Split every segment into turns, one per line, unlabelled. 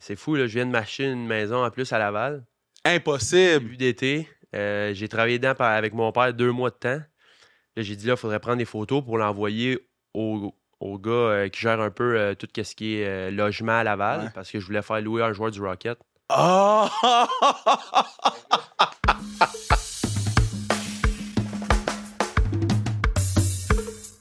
c'est fou, là, je viens de m'acheter une maison en plus à Laval,
Impossible.
début d'été. Euh, j'ai travaillé dedans par- avec mon père deux mois de temps. Là, j'ai dit, là, il faudrait prendre des photos pour l'envoyer au, au gars euh, qui gère un peu euh, tout ce qui est euh, logement à Laval,
Ouais.
parce que je voulais faire louer un joueur du Rocket.
Ah!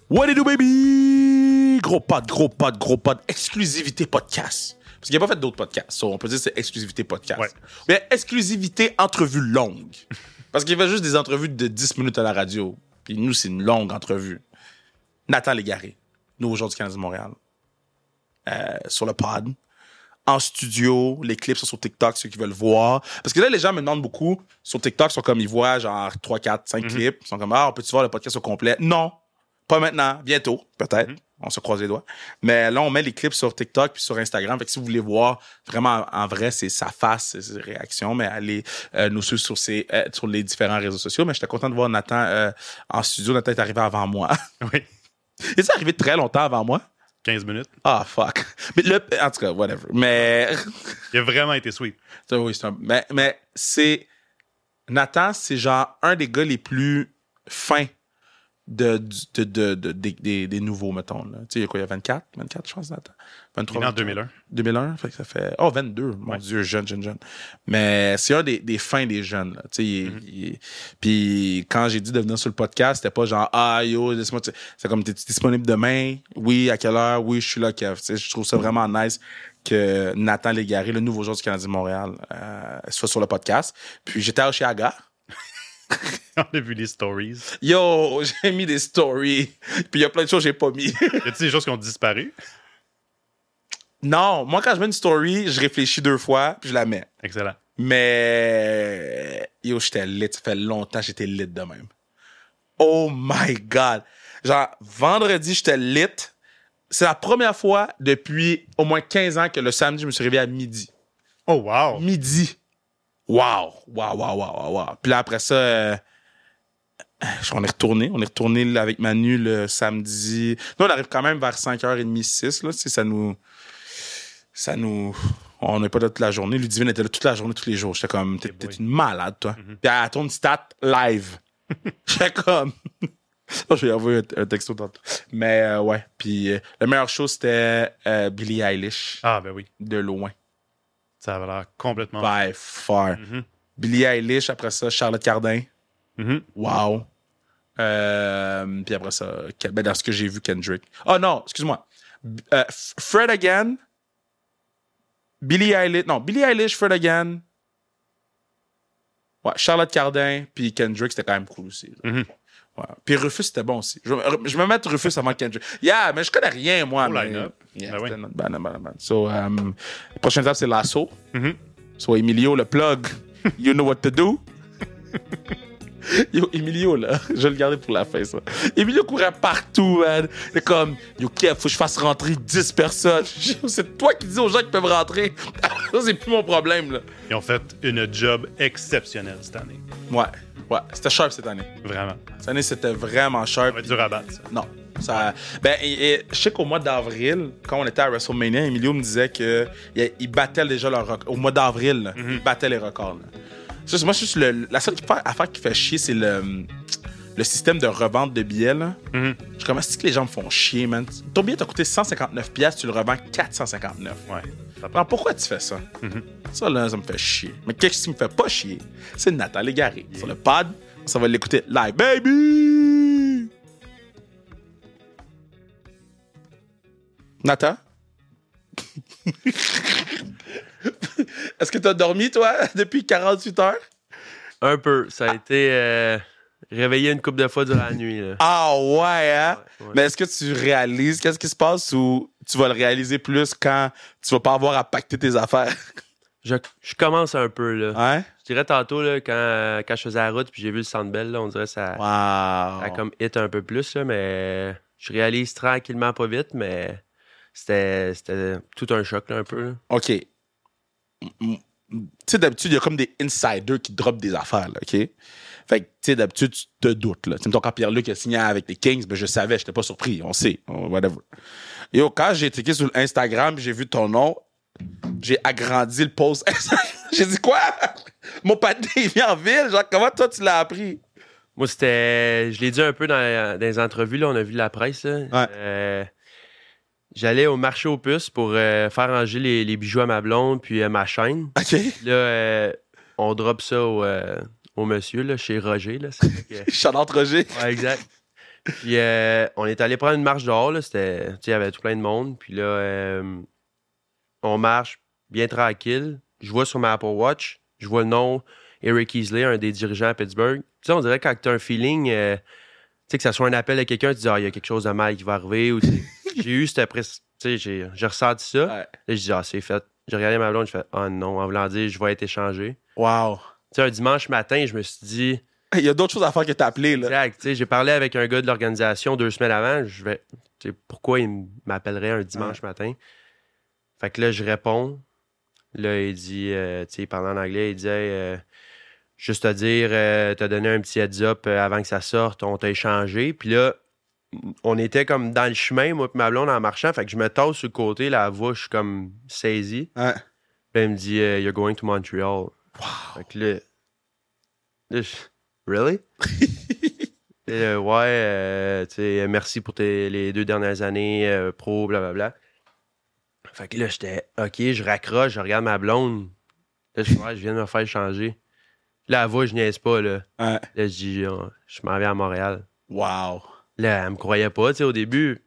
What it do, baby? Gros pod, gros pod, gros pod. Exclusivité podcast. Parce qu'il n'a pas fait d'autres podcasts. so on peut dire que c'est exclusivité podcast.
Ouais.
Mais exclusivité entrevue longue. Parce qu'il fait juste des entrevues de 10 minutes à la radio. Puis nous, c'est une longue entrevue. Nathan Légaré, nouveau joueur du Canadien de Montréal. Euh, sur le pod en studio. Les clips sont sur TikTok, ceux qui veulent voir. Parce que là, les gens me demandent beaucoup. Sur TikTok, ils sont comme, ils voient genre 3, 4, 5 clips. Ils sont comme, ah, peux-tu voir le podcast au complet? Non. Pas maintenant. Bientôt, peut-être. On se croise les doigts. Mais là, on met les clips sur TikTok puis sur Instagram. Fait que si vous voulez voir vraiment en vrai, c'est sa face, c'est ses réactions, mais allez euh, nous suivre sur, ses, euh, sur les différents réseaux sociaux. Mais j'étais content de voir Nathan euh, en studio. Nathan est arrivé avant moi.
Oui.
Il est arrivé très longtemps avant moi.
15 minutes.
Ah, fuck. Mais le, en tout cas, whatever. Mais
Il a vraiment été sweet.
Ça, oui, c'est un- Mais, mais c'est. Nathan, c'est genre un des gars les plus fins de, du- de, de- de- des- des, des nouveaux, mettons. là. Tu sais, il y a quoi, il y a 24, 24, je pense, Nathan. 23,
Il est en
24.
2001.
2001, fait que ça fait. Oh, 22, mon
Ouais.
Dieu, jeune, jeune, jeune. Mais c'est un des, des fins des jeunes. Là. Tu sais, il-
Mm-hmm.
il- Puis quand j'ai dit de venir sur le podcast, c'était pas genre, ah yo, laisse-moi. tu sais, C'est comme, t'es disponible demain? Oui, à quelle heure? Oui, je suis là, Kev. Tu sais, Je trouve ça vraiment nice que Nathan Légaré, le nouveau joueur du Canadien de Montréal, euh, soit sur le podcast. Puis j'étais à Chiaga.
On a vu les stories.
Yo, j'ai mis des stories. Puis il y a plein de choses que j'ai pas mis.
Y a-t-il des choses qui ont disparu?
non, moi, quand je mets une story, je réfléchis deux fois, puis je la mets.
Excellent.
Mais yo, j'étais lit. Ça fait longtemps que j'étais lit de même. Oh my God. Genre, vendredi, j'étais lit. C'est la première fois depuis au moins 15 ans que le samedi, je me suis réveillé à midi.
Oh, wow!
Midi. Wow. Wow, wow, wow, wow, wow. Puis là, après ça, euh, on est retourné. On est retourné là, avec Manu le samedi. Nous, on arrive quand même vers 5h30, 6. Là, tu sais, ça nous... Ça nous... On n'est pas là toute la journée. Ludivine était là toute la journée, tous les jours. J'étais comme, t'es
Eh boy.
t'es une malade, toi. Puis elle tourne stat live. J'étais comme... Oh, je vais envoyer un, un texto tantôt. Mais euh, ouais. Puis euh, la meilleure chose, c'était euh, Billie Eilish,
Ah, ben oui.
de loin.
Ça avait l'air complètement.
By far.
Mhm.
Billie Eilish, après ça, Charlotte Cardin.
Mhm.
Wow. Euh, puis après ça, Ken- ben, dans ce que j'ai vu, Kendrick. Oh non, excuse-moi. B- euh, F- Fred Again. Billie Eilish. Non, Billie Eilish, Fred Again. Ouais, Charlotte Cardin, puis Kendrick, c'était quand même cool aussi. là.
Mhm.
Ouais. Puis Rufus, c'était bon aussi. Je, vais me- je vais me mettre Rufus avant Kendrick. Yeah, mais je connais rien, moi.
Au
mais-
line-up.
Yeah,
Ben oui.
c'était notre band, notre band, notre band. So, euh, la prochaine étape, c'est Lasso.
Mhm.
So, Emilio, le plug. You know what to do. Yo, Emilio, là, je vais le garder pour la fin, ça. Emilio courait partout, man. C'est comme, yo, Kev, faut que je fasse rentrer 10 personnes. C'est toi qui dis aux gens qu'ils peuvent rentrer. ça, c'est plus mon problème, là.
Ils ont fait une job exceptionnelle cette année.
Ouais, ouais. C'était sharp cette année.
Vraiment.
Cette année, c'était vraiment
Ça
sharp.
va être dur à battre, ça.
Non. Ça, ben, et- et je sais qu'au mois d'avril, quand on était à WrestleMania, Emilio me disait qu'ils battaient déjà leur record. Au mois d'avril, là, ils battaient les records. là. Ça, c'est- moi, c'est juste le- la seule qui fait- affaire qui fait chier, c'est le, le système de revente de billets. Là.
Mhm.
Je suis comme, est-ce que les gens me font chier, man? Ton billet t'a coûté 159$, piastres, tu le revends 459$.
Ouais. Ça part.
Alors, pourquoi tu fais ça?
Mm-hmm.
Ça, là, ça me fait chier. Mais qu'est-ce qui me fait pas chier? C'est Nathan Légaré. Sur le pod, ça va l'écouter live. Baby! Nathan? Est-ce que t'as dormi, toi, depuis 48 heures?
Un peu. Ça a été euh, réveillé une couple de fois durant la nuit. là.
Ah ouais, hein?
Ouais, ouais.
Mais est-ce que tu réalises qu'est-ce qui se passe ou tu vas le réaliser plus quand tu vas pas avoir à pacter tes affaires?
Je, je commence un peu. là.
Hein?
Je dirais tantôt, là, quand, euh, quand je faisais la route puis j'ai vu le Sandbell, là, on dirait que ça, ça a
Wow!
comme hit un peu plus. là, mais je réalise tranquillement, pas vite, mais c'était c'était tout un choc là, un peu. là.
OK. M- m- Tu sais, d'habitude, il y a comme des insiders qui droppent des affaires, là, OK? Fait que, tu sais, d'habitude, tu te doutes, là. Tu sais, mettons, quand Pierre-Luc a signé avec les Kings, ben, je savais, j'étais pas surpris, on sait, on- whatever. Yo, quand j'ai cliqué sur Instagram, j'ai vu ton nom, J'ai agrandi le post. J'ai dit quoi? Mon panier il vient en ville. Genre, comment toi, tu l'as appris?
Moi, c'était. Je l'ai dit un peu dans, dans les entrevues, là, on a vu la presse. là. Euh, J'allais au marché aux puces pour euh, faire ranger les, les bijoux à ma blonde puis euh, ma chaîne.
OK.
Là, euh, on drop ça au, euh, au monsieur, là, chez Roger. Là, c'est vrai que-
Charlotte Roger.
Ouais, exact. Puis euh, on est allé prendre une marche dehors. là, C'était, tu sais, il y avait tout plein de monde. Puis là, euh, on marche bien tranquille. Je vois sur ma Apple Watch, je vois le nom Eric Easley, un des dirigeants à Pittsburgh. Tu sais, on dirait quand tu as un feeling, euh, tu sais, que ça soit un appel à quelqu'un, tu dis, ah, il y a quelque chose de mal qui va arriver. Ou, tu sais, j'ai eu cette press- tu sais, j'ai, j'ai ressenti ça.
Ouais.
Là, je dis, ah, c'est fait. J'ai regardé ma blonde, je fais, ah non, en voulant dire, je vais être échangé.
Wow.
Tu sais, un dimanche matin, je me suis dit,
Il y a d'autres choses à faire que t'appeler, là.
Exact. Tu sais, J'ai parlé avec un gars de l'organisation deux semaines avant. Je vais, tu sais, pourquoi il m- m'appellerait un dimanche matin? Fait que là, je réponds. Là, il dit, euh, tu sais, il parle en anglais, il dit, Hey, euh, juste à dire, euh, t'as donné un petit heads up euh, avant que ça sorte, on t'a échangé. Puis là, on était comme dans le chemin, moi et ma blonde, en marchant. Fait que je me tasse sur le côté, la voix, je suis comme saisi.
Ouais.
Puis là, il me dit, euh, You're going to Montreal. Fait que là. là, je- Really? Et, euh, ouais, euh, tu sais, merci pour tes, les deux dernières années euh, pro, blablabla. Fait que là, j'étais OK, je raccroche, je regarde ma blonde. Là, je fais, Ouais, je viens de me faire changer. Là, elle va, je niaise pas, là.
Ouais.
Là, je dis, Oh, je m'en vais à Montréal.
Wow.
Là, elle me croyait pas, tu sais, au début.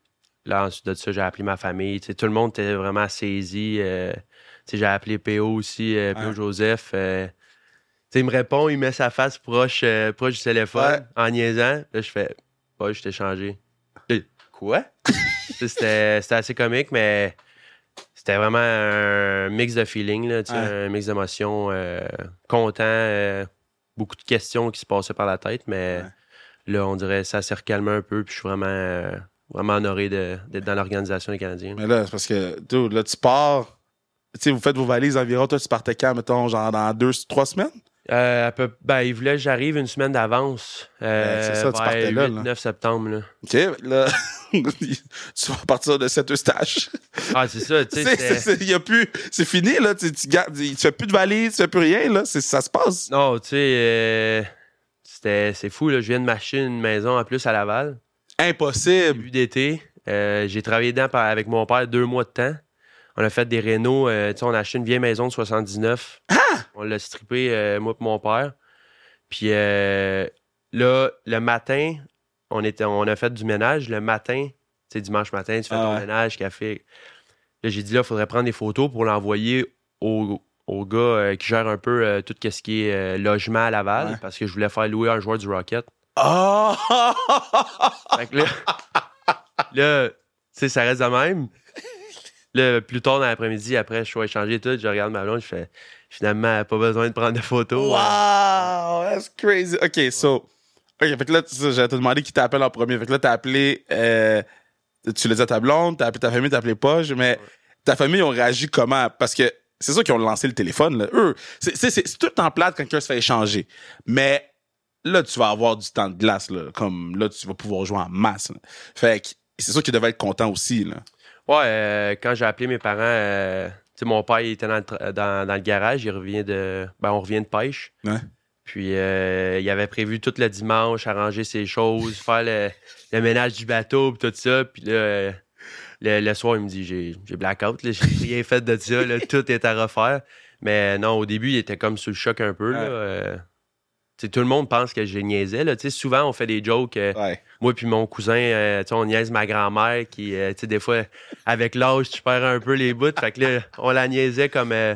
Là, ensuite de ça, j'ai appelé ma famille. Tu sais, tout le monde était vraiment saisi. euh, tu sais, j'ai appelé PO aussi, euh, PO
Ouais.
Joseph. euh, tu sais, il me répond, il met sa face proche, euh, proche du téléphone
Ouais.
en niaisant. Là, je fais, ouais, je t'ai changé. Là, Quoi? Tu sais, c'était c'était assez comique, mais c'était vraiment un mix de feeling, là, tu sais,
Ouais.
un mix d'émotions. euh, content, euh, beaucoup de questions qui se passaient par la tête, mais
Ouais.
là, on dirait ça s'est recalmé un peu, puis je suis vraiment, euh, vraiment honoré de- d'être dans l'organisation des Canadiens.
Mais là, c'est parce que, dude, là, tu pars. Tu sais, vous faites vos valises environ. Toi, tu partais quand, mettons, genre dans deux, trois semaines?
Euh, à peu- ben, il voulait que j'arrive une semaine d'avance. euh,
Ben, c'est ça, tu partais là, là.
9 septembre. là.
OK, là, tu vas partir de cet eustache.
Ah, c'est ça, tu sais.
C'est-
c'était-
c'est- c'est- y a plus- C'est fini, là. Tu, tu, gardes- tu fais plus de valise, tu fais plus rien, là. c'est- Ça se passe.
Non, tu sais, euh, c'était- c'est fou, là. Je viens de m'acheter une maison en plus à Laval.
Impossible.
début d'été. euh, j'ai travaillé dedans par- avec mon père deux mois de temps. On a fait des rénaux. euh, tu sais, on a acheté une vieille maison de 79.
Ah!
On l'a strippé, euh, moi et mon père. Puis euh, là, le matin, on, était, on a fait du ménage. Le matin, tu sais, dimanche matin, tu fais
Ah
ton
ouais.
ménage, café. Là, j'ai dit, là, il faudrait prendre des photos pour l'envoyer au, au gars euh, qui gère un peu euh, tout ce qui est euh, logement à Laval
Ouais.
parce que je voulais faire louer un joueur du Rocket.
Oh!
Fait que là, là tu sais, ça reste de même. Là, plus tard dans l'après-midi, après, je suis échangé et tout, je regarde ma blonde, je fais finalement, pas besoin de prendre de photos.
wow! That's crazy. OK, so. OK, fait que là, tu sais, j'allais te demander qui t'appelle en premier. Fait que là, t'as appelé. euh, tu l'as dit à ta blonde, t'as appelé ta famille, t'as appelé Poche, mais ta famille, ils ont réagi comment? Parce que c'est sûr qu'ils ont lancé le téléphone, là. Eux, c'est- c'est c'est- c'est tout en plate quand quelqu'un se fait échanger. Mais là, tu vas avoir du temps de glace, là. Comme là, tu vas pouvoir jouer en masse. là. Fait que c'est sûr qu'ils devaient être contents aussi, là.
Ouais, euh, quand j'ai appelé mes parents, euh, tu sais, mon père, il était dans le, tra- dans, dans le garage, il revient de. Ben, on revient de pêche.
Ouais.
Puis, euh, il avait prévu tout le dimanche, arranger ses choses, faire le, le ménage du bateau, puis tout ça. Puis là, euh, le, le soir, il me dit J'ai j'ai blackout, là, j'ai rien fait de ça, là, tout est à refaire. Mais non, au début, il était comme sous le choc un peu. là,
Ouais.
euh, tu sais, tout le monde pense que j'ai niaisé. Là. Tu sais, Souvent, on fait des jokes. euh,
Ouais.
moi puis mon cousin, euh, tu sais, on niaise ma grand-mère qui, euh, tu sais, des fois, avec l'âge, tu perds un peu les bouts. Fait que là, on la niaisait comme... euh,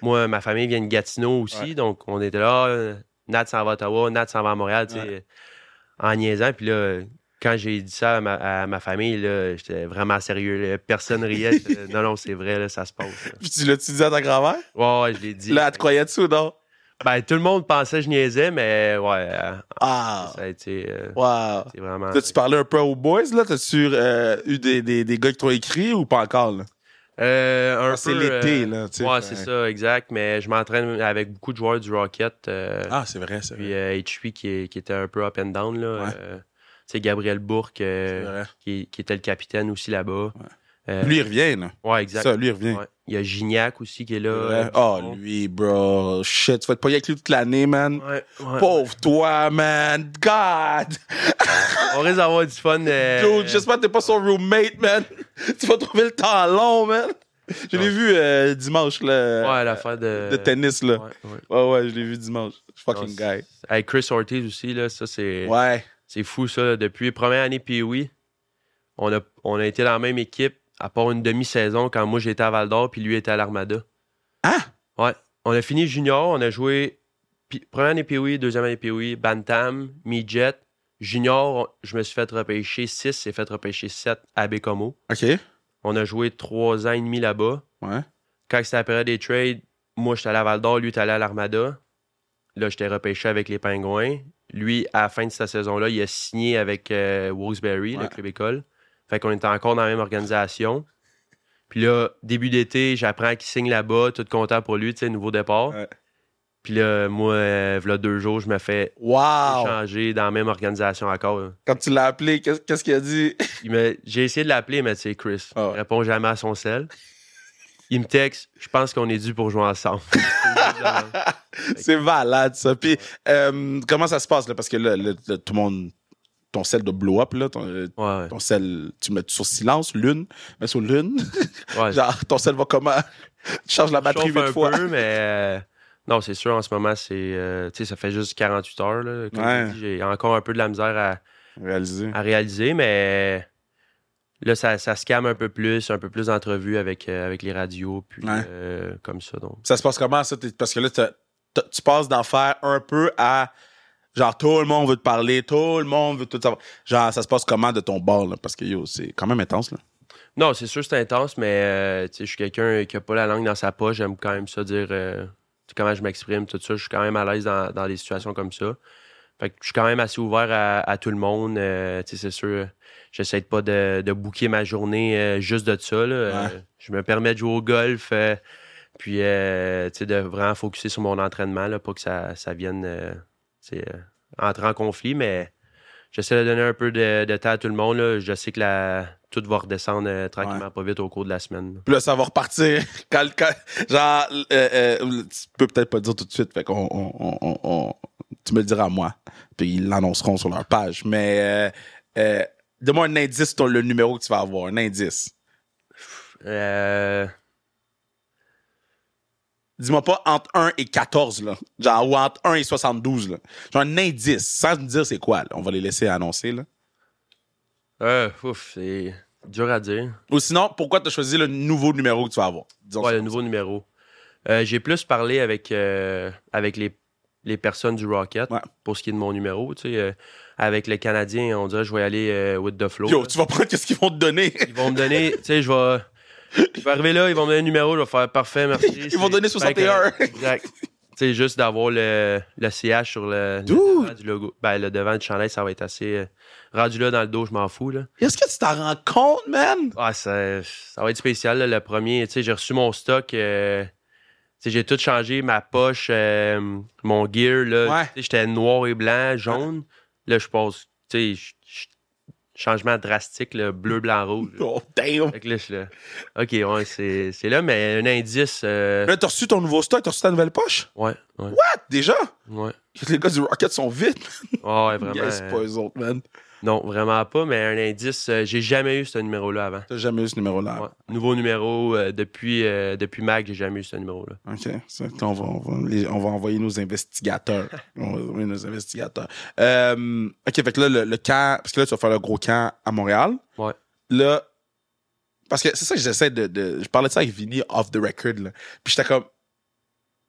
moi, ma famille vient de Gatineau aussi, donc on était là, euh, Nat s'en va à Ottawa, Nat s'en va à Montréal, tu sais, en niaisant. Puis là, euh, quand j'ai dit ça à ma, à ma famille, là, j'étais vraiment sérieux. là. Personne riait. J'étais, non, non, c'est vrai, là, ça se passe. là.
Puis tu l'as-tu dit à ta grand-mère?
Ouais, ouais, je l'ai dit.
Là, elle te croyait dessus, non?
Ben, tout le monde pensait que je niaisais, mais ouais, euh,
Ah!
ça a été... euh,
Wow!
c'est vraiment...
Là, tu parlais un peu aux boys, là? T'as-tu euh, eu des, des, des gars qui t'ont écrit ou pas encore, là?
Euh, un
Ah, c'est
peu,
l'été,
euh,
là, tu sais.
Ouais,
fait-
c'est ça, exact. Mais je m'entraîne avec beaucoup de joueurs du Rocket. euh,
Ah, c'est vrai, c'est
puis
vrai.
euh, HB qui, est- qui était un peu up and down. Là,
Ouais.
euh, tu sais, Gabriel Bourque,
C'est
euh,
vrai.
qui, qui était le capitaine aussi là-bas. Euh,
Lui, il revient, là.
Ouais, exact.
Ça, lui, il revient.
Ouais. Il y a Gignac aussi qui est là.
Ouais.
euh,
Oh,
qui-
lui, bro. Shit, tu vas te payer avec lui toute l'année, man.
Ouais, ouais.
Pauvre toi, man. God.
On risque d'avoir du fun. euh,
Dude, j'espère que t'es pas son roommate, man. tu vas trouver le temps long, man. Je l'ai
Ouais.
vu euh, dimanche, là.
Ouais, l'affaire de.
De tennis, là.
Ouais, Oh, ouais.
Ouais, ouais, je l'ai vu dimanche. Fucking
Non,
guy.
c'est- Avec Chris Ortiz aussi, là, ça, c'est
Ouais.
c'est fou, ça. là. Depuis première année Pee-Wee, on a, on a été dans la même équipe, à part une demi-saison, quand moi j'étais à Val d'Or, puis lui était à l'Armada.
Ah!
Ouais. On a fini junior, on a joué pi- première année Pee-Wee, deuxième année Pee-Wee, Bantam, Midget. Junior, on- je me suis fait repêcher 6 et fait repêcher 7 à Bécomo.
OK.
On a joué 3 ans et demi là-bas
Ouais.
quand c'était la période des trades, moi, j'étais allé à Val d'Or, lui, était allé à l'Armada. Là, j'étais repêché avec les Pingouins. Lui, à la fin de cette saison-là, il a signé avec euh, Wilkes-Barre,
Ouais.
le club école. Fait qu'on était encore dans la même organisation. Puis là, début d'été, j'apprends qu'il signe là-bas, tout content pour lui, tu sais, nouveau départ.
Ouais.
Puis là, moi, euh, voilà deux jours, je me fais
Wow.
échanger dans la même organisation encore.
Quand tu l'as appelé, qu'est- qu'est-ce qu'il a dit?
Il me- J'ai essayé de l'appeler, mais tu sais, Chris,
Ah ouais.
il répond jamais à son sel. Il me texte, je pense qu'on est dû pour jouer ensemble.
C'est malade, ça. Puis, euh, comment ça se passe, là? Parce que là, là, là, tout le monde, ton sel de blow-up, là, ton, euh,
Ouais, ouais.
ton sel, tu mets sur silence, lune, mais sur lune,
Ouais,
genre, ton sel va comment? Tu changes la
je
batterie
chauffe
huit
un
fois.
peu, mais euh, non, c'est sûr, en ce moment, c'est. euh, tu sais, ça fait juste 48 heures. là, comme
Ouais.
je dis, J'ai encore un peu de la misère à,
Réalisé.
à réaliser, mais là, ça, ça se calme un peu plus, un peu plus d'entrevues avec, euh, avec les radios, puis
Ouais.
euh, comme ça. Donc.
Ça se passe comment, ça? T'es- Parce que là, t'as- t'as- tu passes d'en faire un peu à, genre, tout le monde veut te parler, tout le monde veut tout savoir. Genre, ça se passe comment de ton bord, là? Parce que, yo, c'est quand même intense, là.
Non, c'est sûr, que c'est intense, mais euh, tu sais, je suis quelqu'un qui a pas la langue dans sa poche. J'aime quand même ça dire euh, tu sais, comment je m'exprime, tout ça. Je suis quand même à l'aise dans, dans des situations comme ça. Fait que je suis quand même assez ouvert à, à tout le monde. euh, tu sais, c'est sûr, euh, j'essaie de pas de, de bouquer ma journée euh, juste de ça. là. Euh,
Ouais.
je me permets de jouer au golf, euh, puis euh, tu sais, de vraiment focuser sur mon entraînement, là, pas que ça, ça vienne euh, tu sais, euh, entrer en conflit, mais j'essaie de donner un peu de, de temps à tout le monde. là. Je sais que la, tout va redescendre euh, tranquillement, pas vite au cours de la semaine. là.
Puis là, ça va repartir. Quand, quand- genre, euh, euh, tu peux peut-être pas le dire tout de suite. Fait qu'on, on- on- on- on- tu me le diras à moi. Puis ils l'annonceront sur leur page. Mais, euh, euh, donne-moi un indice sur ton- le numéro que tu vas avoir. Un indice.
Euh,
Dis-moi pas entre 1 et 14, là. Genre, ou entre 1 et 72, là. Genre, un indice, sans me dire c'est quoi, là. On va les laisser annoncer, là.
euh, ouf, c'est dur à dire.
Ou sinon, pourquoi t'as choisi le nouveau numéro que tu vas avoir? Disons
Ouais,
ça.
le nouveau numéro. Euh, J'ai plus parlé avec, euh, avec les, les personnes du Rocket
Ouais.
pour ce qui est de mon numéro. tu sais, euh, avec le Canadien, on dirait je vais y aller euh, with the flow.
Yo,
là.
tu vas prendre qu'est-ce qu'ils vont te donner.
Ils vont me donner, tu sais, je vais. Je vais arriver là, ils vont me donner le numéro, je vais faire parfait, merci.
Ils vont
c'est-
donner
c'est
61.
correct. euh, Exact. Tu sais, juste d'avoir le, le CH sur le, le
Dude.
devant du logo. Ben, le devant du chandail, ça va être assez. euh, rendu là dans le dos, je m'en fous, là.
Est-ce que tu t'en rends compte, man?
Ah, ça, ça va être spécial, là, le premier. Tu sais, j'ai reçu mon stock. euh, tu sais, j'ai tout changé, ma poche, euh, mon gear, là.
Ouais.
Tu sais, j'étais noir et blanc, jaune. Là, je passe, tu sais, je- je- changement drastique, le bleu, blanc, rouge.
Oh, damn.
Fait que là, je suis là. OK, ouais, c'est c'est là, mais un indice. euh,
Là, t'as reçu ton nouveau stock, t'as reçu ta nouvelle poche?
Ouais, ouais.
Déjà?
Ouais.
Les gars du Rocket sont vite.
Ah ouais, vraiment.
Yes, pas
euh,
eux autres, man.
non, vraiment pas, mais un indice. euh, J'ai jamais eu ce numéro-là avant.
T'as jamais eu ce numéro-là.
Ouais. Nouveau numéro euh, depuis, euh, depuis Mac, j'ai jamais eu ce numéro-là.
OK. Ça, on, va, on, va, les- on va envoyer nos investigateurs. on va envoyer nos investigateurs. Euh, OK, fait que là, le, le camp... Parce que là, tu vas faire le gros camp à Montréal.
Ouais.
Là... Parce que c'est ça que j'essaie de, de- Je parlais de ça avec Vinny off the record, là. Puis j'étais comme...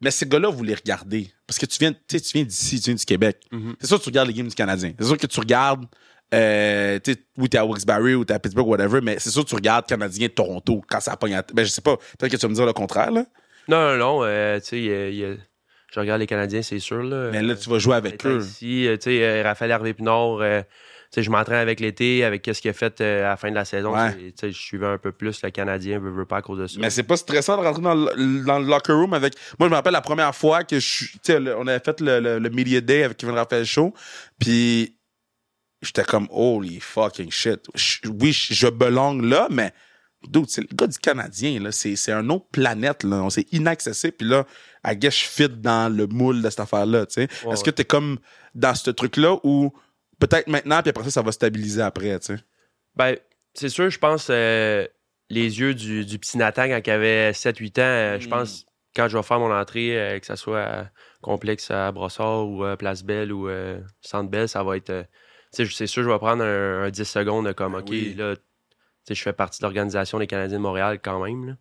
Mais ces gars-là, vous les regardez. Parce que tu viens, tu sais, tu viens d'ici, tu viens du Québec.
Mhm.
C'est sûr que tu regardes les games du Canadien. C'est sûr que tu regardes... Euh, tu sais, ou t'es à Wilkes-Barre, ou t'es à Pittsburgh, whatever, mais c'est sûr que tu regardes Canadien de Toronto quand ça pogne à... Ben, je sais pas, peut-être que tu vas me dire le contraire, là.
Non, non, non. euh, tu sais, il y a- il y a- je regarde les Canadiens, c'est sûr. Là,
Mais là, tu vas jouer avec
Étant
eux.
Ici, euh, tu sais, euh, Raphaël Hervé Pinard, euh, tu sais, je m'entraîne avec l'été, avec ce qu'il a fait euh, à la fin de la saison.
Ouais.
c'est- tu sais, Je suivais un peu plus le Canadien, veux, veux pas à cause de ça.
Mais c'est pas stressant de rentrer dans le, dans le locker room avec. Moi, je me rappelle la première fois que je suis. tu sais, le- on avait fait le, le, le Media Day avec Kevin Raphaël Show. Puis j'étais comme, holy fucking shit. Je- oui, je, je belong là, mais Dude, c'est le gars du Canadien, là. C'est, c'est une autre planète, là. On s'est inaccessible. Puis là, à guess, je fit dans le moule de cette affaire-là, tu sais.
Ouais,
Est-ce que t'es comme dans ce truc-là ou peut-être maintenant, puis après ça, ça va stabiliser après, tu sais?
Ben, c'est sûr, je pense, euh, les yeux du, du petit Nathan quand il avait 7-8 ans, euh, je
Mm.
pense, quand je vais faire mon entrée, euh, que ce soit à complexe à Brossard ou à Place Belle ou euh, Centre Belle, ça va être. euh, tu sais, c'est sûr, je vais prendre un, un 10 secondes de comme,
Ben
OK,
oui.
là, tu sais, je fais partie de l'organisation des Canadiens de Montréal quand même. là.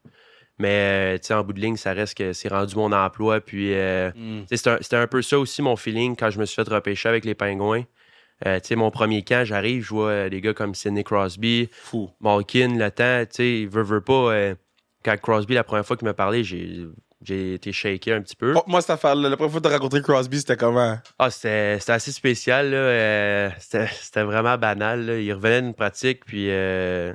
Mais, euh, tu sais, en bout de ligne, ça reste que c'est rendu mon emploi, puis. euh, Tu sais, C'était un, c'était un peu ça aussi mon feeling quand je me suis fait repêcher avec les Pingouins. Euh, tu sais, mon premier camp, j'arrive, je vois euh, des gars comme Sidney Crosby,
Fou.
Malkin, le temps, tu sais, il veut, veut pas. euh, quand Crosby, la première fois qu'il m'a parlé, j'ai j'ai été shaké un petit peu.
Oh, moi, cette affaire-là, la première fois que t'as rencontré Crosby, c'était comment?
Ah, c'était c'était assez spécial, là. euh, c'était c'était vraiment banal, là. Il revenait d'une pratique, puis euh,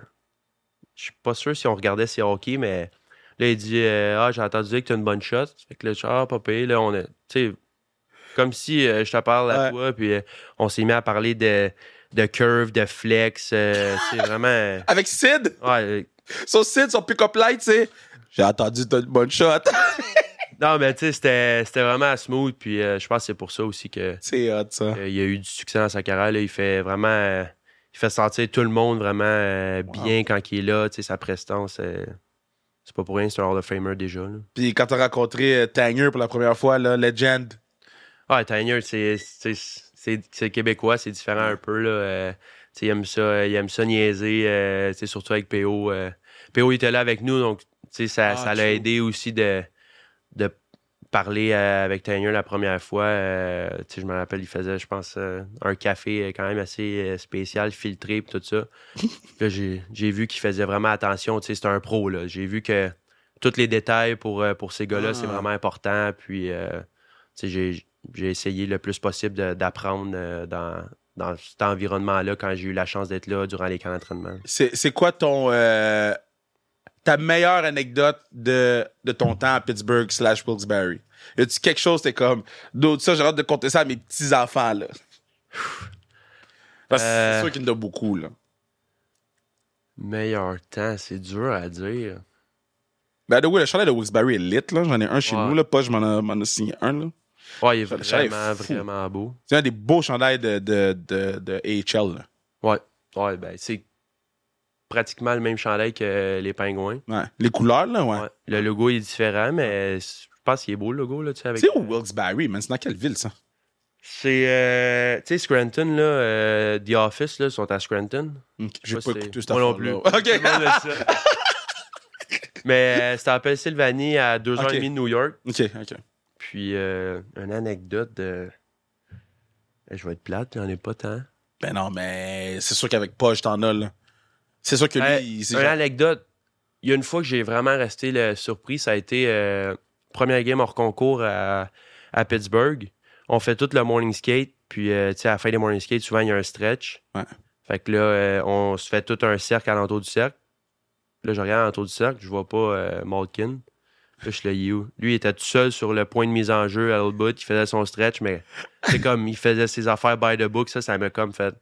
je suis pas sûr si on regardait ses hockey, mais là, il dit euh, Ah, j'ai entendu dire que t'as une bonne shot. Fait que là, je dis, Ah, pas payé, là, on a. Tu sais, comme si euh, je te parle à
Ouais.
toi, puis euh, on s'est mis à parler de, de curve, de flex. euh, c'est vraiment. euh,
Avec Sid?
ouais, euh,
Son Sid, son pick-up light, c'est j'ai entendu t'as une bonne shot.
non, mais tu sais, c'était c'était vraiment smooth, puis euh, je pense que c'est pour ça aussi que.
c'est hot, ça.
Euh, il a eu du succès dans sa carrière. là. Il fait vraiment. euh, il fait sentir tout le monde vraiment euh,
Wow.
bien quand il est là. Tu sais, sa prestance, euh, c'est pas pour rien, c'est un Hall of Famer déjà. Là.
Puis quand t'as rencontré euh, Tanger pour la première fois, là, Legend.
Ah, Tanier, c'est c'est- c'est- c'est québécois, c'est différent un peu. Là. Euh, tu sais, il aime ça, il aime ça niaiser, euh, tu sais, surtout avec PO. euh. PO était là avec nous, donc tu sais, ça
Ah,
ça l'a
true.
aidé aussi de, de parler euh, avec Tanier la première fois. Euh, tu sais, je me rappelle, il faisait, je pense, euh, un café euh, quand même assez euh, spécial, filtré et tout ça. Là, j'ai j'ai vu qu'il faisait vraiment attention. Tu sais, c'est un pro. là. J'ai vu que tous les détails pour, euh, pour ces gars-là,
Ah.
c'est vraiment important. Puis, euh, tu sais, j'ai j'ai essayé le plus possible de- d'apprendre euh, dans, dans cet environnement-là quand j'ai eu la chance d'être là durant les camps d'entraînement.
C'est c'est quoi ton. euh, ta meilleure anecdote de, de ton temps à Pittsburgh slash Wilkes-Barre? Y a-tu quelque chose, t'es comme. D'autres, ça, j'ai hâte de compter ça à mes petits-enfants, là. Parce que
Euh.
c'est sûr qu'il y en a beaucoup, là.
Meilleur temps, c'est dur à dire.
Ben, oui, le chalet de Wilkes-Barre est lit, là. J'en ai un chez
Ouais.
nous, là. Pas, je m'en ai- m'en ai signé un, là.
Ouais, il est
Le chalet est
vraiment,
fou.
vraiment beau.
C'est un des beaux chandails de, de, de, de AHL, là.
Ouais, ouais, ben, c'est pratiquement le même chandail que euh, les pingouins.
Ouais. Les couleurs, là, ouais.
Ouais. Le logo est différent, mais c- je pense qu'il est beau le logo, là, tu sais, avec.
C'est où Wilkes-Barre, man? C'est dans quelle ville, ça?
C'est. euh, tu sais, Scranton, là, euh, The Office, là, sont à Scranton.
J'ai
Je sais
pas
si
écouté
c'est-
cette
Moi non plus.
affaire-là.
Tout le
OK.
monde le sait. Mais euh, c'était en Pennsylvanie à deux heures
Ok.
et demie de New York.
OK, OK.
Puis, euh, une anecdote de. Eh, Je vais être plate, j'en ai pas tant.
Ben non, mais c'est sûr qu'avec Poche, t'en as, là. C'est sûr que lui,
Euh,
il- c'est
Une
genre-
anecdote. Il y a une fois que j'ai vraiment resté le surpris, ça a été euh, première game hors concours à, à Pittsburgh. On fait tout le morning skate, puis euh, tu sais, à la fin des morning skates, souvent il y a un stretch.
Ouais.
Fait que là, euh, on se fait tout un cercle à l'entour du cercle. Là, je regarde à l'entour du cercle, je vois pas euh, Malkin. Là, je suis le You. Lui, il était tout seul sur le point de mise en jeu à l'autre bout. Il faisait son stretch, mais c'est comme il faisait ses affaires by the book. Ça, ça m'a comme fait.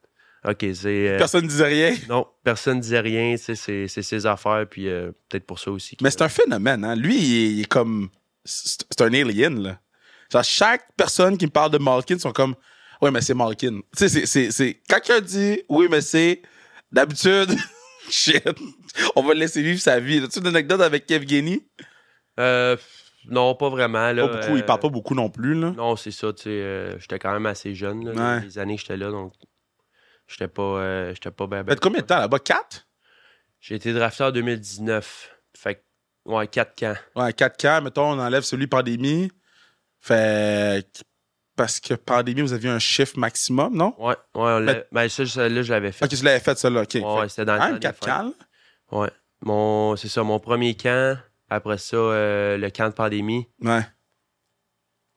OK, c'est. euh,
personne ne disait rien.
non, personne ne disait rien. tu sais, C'est c'est ses affaires, puis euh, peut-être pour ça aussi. que-
Mais c'est un phénomène, hein. Lui, il est, il est comme. C'est c'est un alien, là. Genre, chaque personne qui me parle de Malkin sont comme. Oui, mais c'est Malkin. Tu sais, c'est- c'est- c'est. Quand quelqu'un dit oui, mais c'est. D'habitude, shit. On va le laisser vivre sa vie. As-tu une anecdote avec Evgeny?
Euh, non, pas Ben, vraiment. Là,
Pas beaucoup,
euh,
il parle pas beaucoup non plus, là.
Non, c'est ça. tu sais, euh, j'étais quand même assez jeune. là,
Ouais.
Les années que j'étais là, donc j'étais pas, euh, j'étais pas bien.
Vous êtes combien de temps là-bas? Quatre?
J'ai été drafté en 2019. Fait que, ouais, 4 camps.
Ouais, quatre camps. Mettons, on enlève celui pandémie. Fait. que- Parce que pandémie, vous aviez un chiffre maximum, non?
Ouais, ouais, on l'a- ben, ça, ça, là, je l'avais fait.
Ok, tu l'avais fait, ça, là. Ok. Fait
Ouais, ouais,
que,
c'était dans le
quand
temps
même
des
quatre
fêtes.
camps, là.
Ouais. Mon- C'est ça, mon premier camp. Après ça, euh, le camp de pandémie.
Ouais.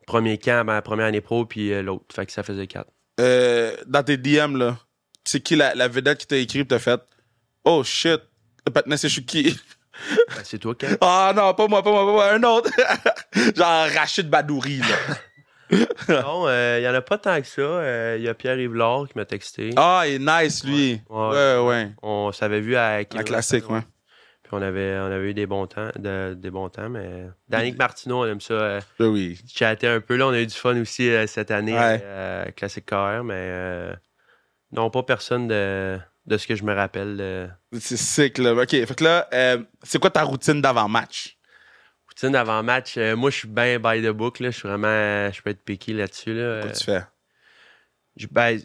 Premier camp, ma première année pro, puis euh, l'autre. Fait que ça faisait 4.
Euh, dans tes DM, là, c'est qui la, la vedette qui t'a écrit et t'a fait Oh shit, le patin, c'est je suis qui
Ben, c'est toi, camp.
Ah non, pas moi, pas moi, pas moi, un autre. Genre Rachid Badouri, là.
Non, euh, il n'y en a pas tant que ça. Euh, Il y a Pierre Yvelard qui m'a texté.
Ah, il est nice, lui.
Ouais.
Ouais, ouais.
On s'avait vu à
Un classique, ouais.
Puis Puis on avait, on avait eu des bons temps, de- des bons temps, mais euh, Danick Martineau, on aime ça euh,
Ben oui.
chatter un peu. Là, on a eu du fun aussi euh, cette année,
Ouais.
euh, Classic KR, mais euh, non, pas personne de, de ce que je me rappelle. de-
C'est sick, là. OK. Fait que là, euh, c'est quoi ta routine d'avant-match?
Poutine avant match, euh, moi je suis bien by the book. Là. Je suis vraiment. euh, Je peux être piqué là-dessus. Là.
Qu'est-ce
Euh,
que tu fais?
je- ben,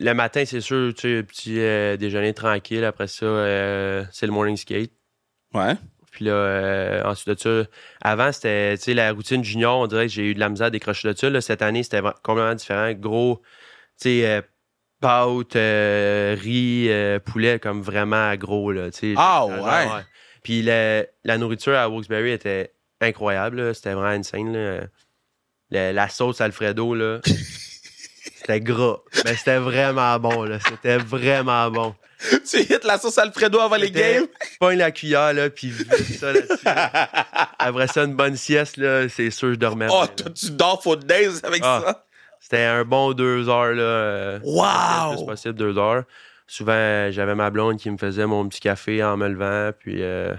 le matin, c'est sûr, tu sais, petit euh, déjeuner tranquille. Après ça, euh, c'est le morning skate.
Ouais.
Puis là, euh, ensuite de ça, avant, c'était tu sais, la routine junior. On dirait que j'ai eu de la misère à décrocher de ça. Là, cette année, c'était vra- complètement différent. Gros, tu sais, euh, pâtes, euh, riz, euh, poulet, comme vraiment gros. Là, tu sais.
Ah,
J'étais-
ouais.
Puis la, la nourriture à Wilkes-Barre était incroyable. là. C'était vraiment insane. Là. Le- la sauce Alfredo, là. C'était gras, mais c'était vraiment bon, là. C'était vraiment bon.
tu hits la sauce Alfredo avant les
C'était-
games?
Pogne la cuillère, là, puis vite ça là-dessus. Après ça, une bonne sieste, là, c'est sûr, je dormais.
Oh,
bien, là.
toi, tu dors for days avec
Ah.
ça?
C'était un bon deux heures, là. euh, Le plus
Wow!
possible, deux heures. Souvent, euh, j'avais ma blonde qui me faisait mon petit café en me levant, puis euh,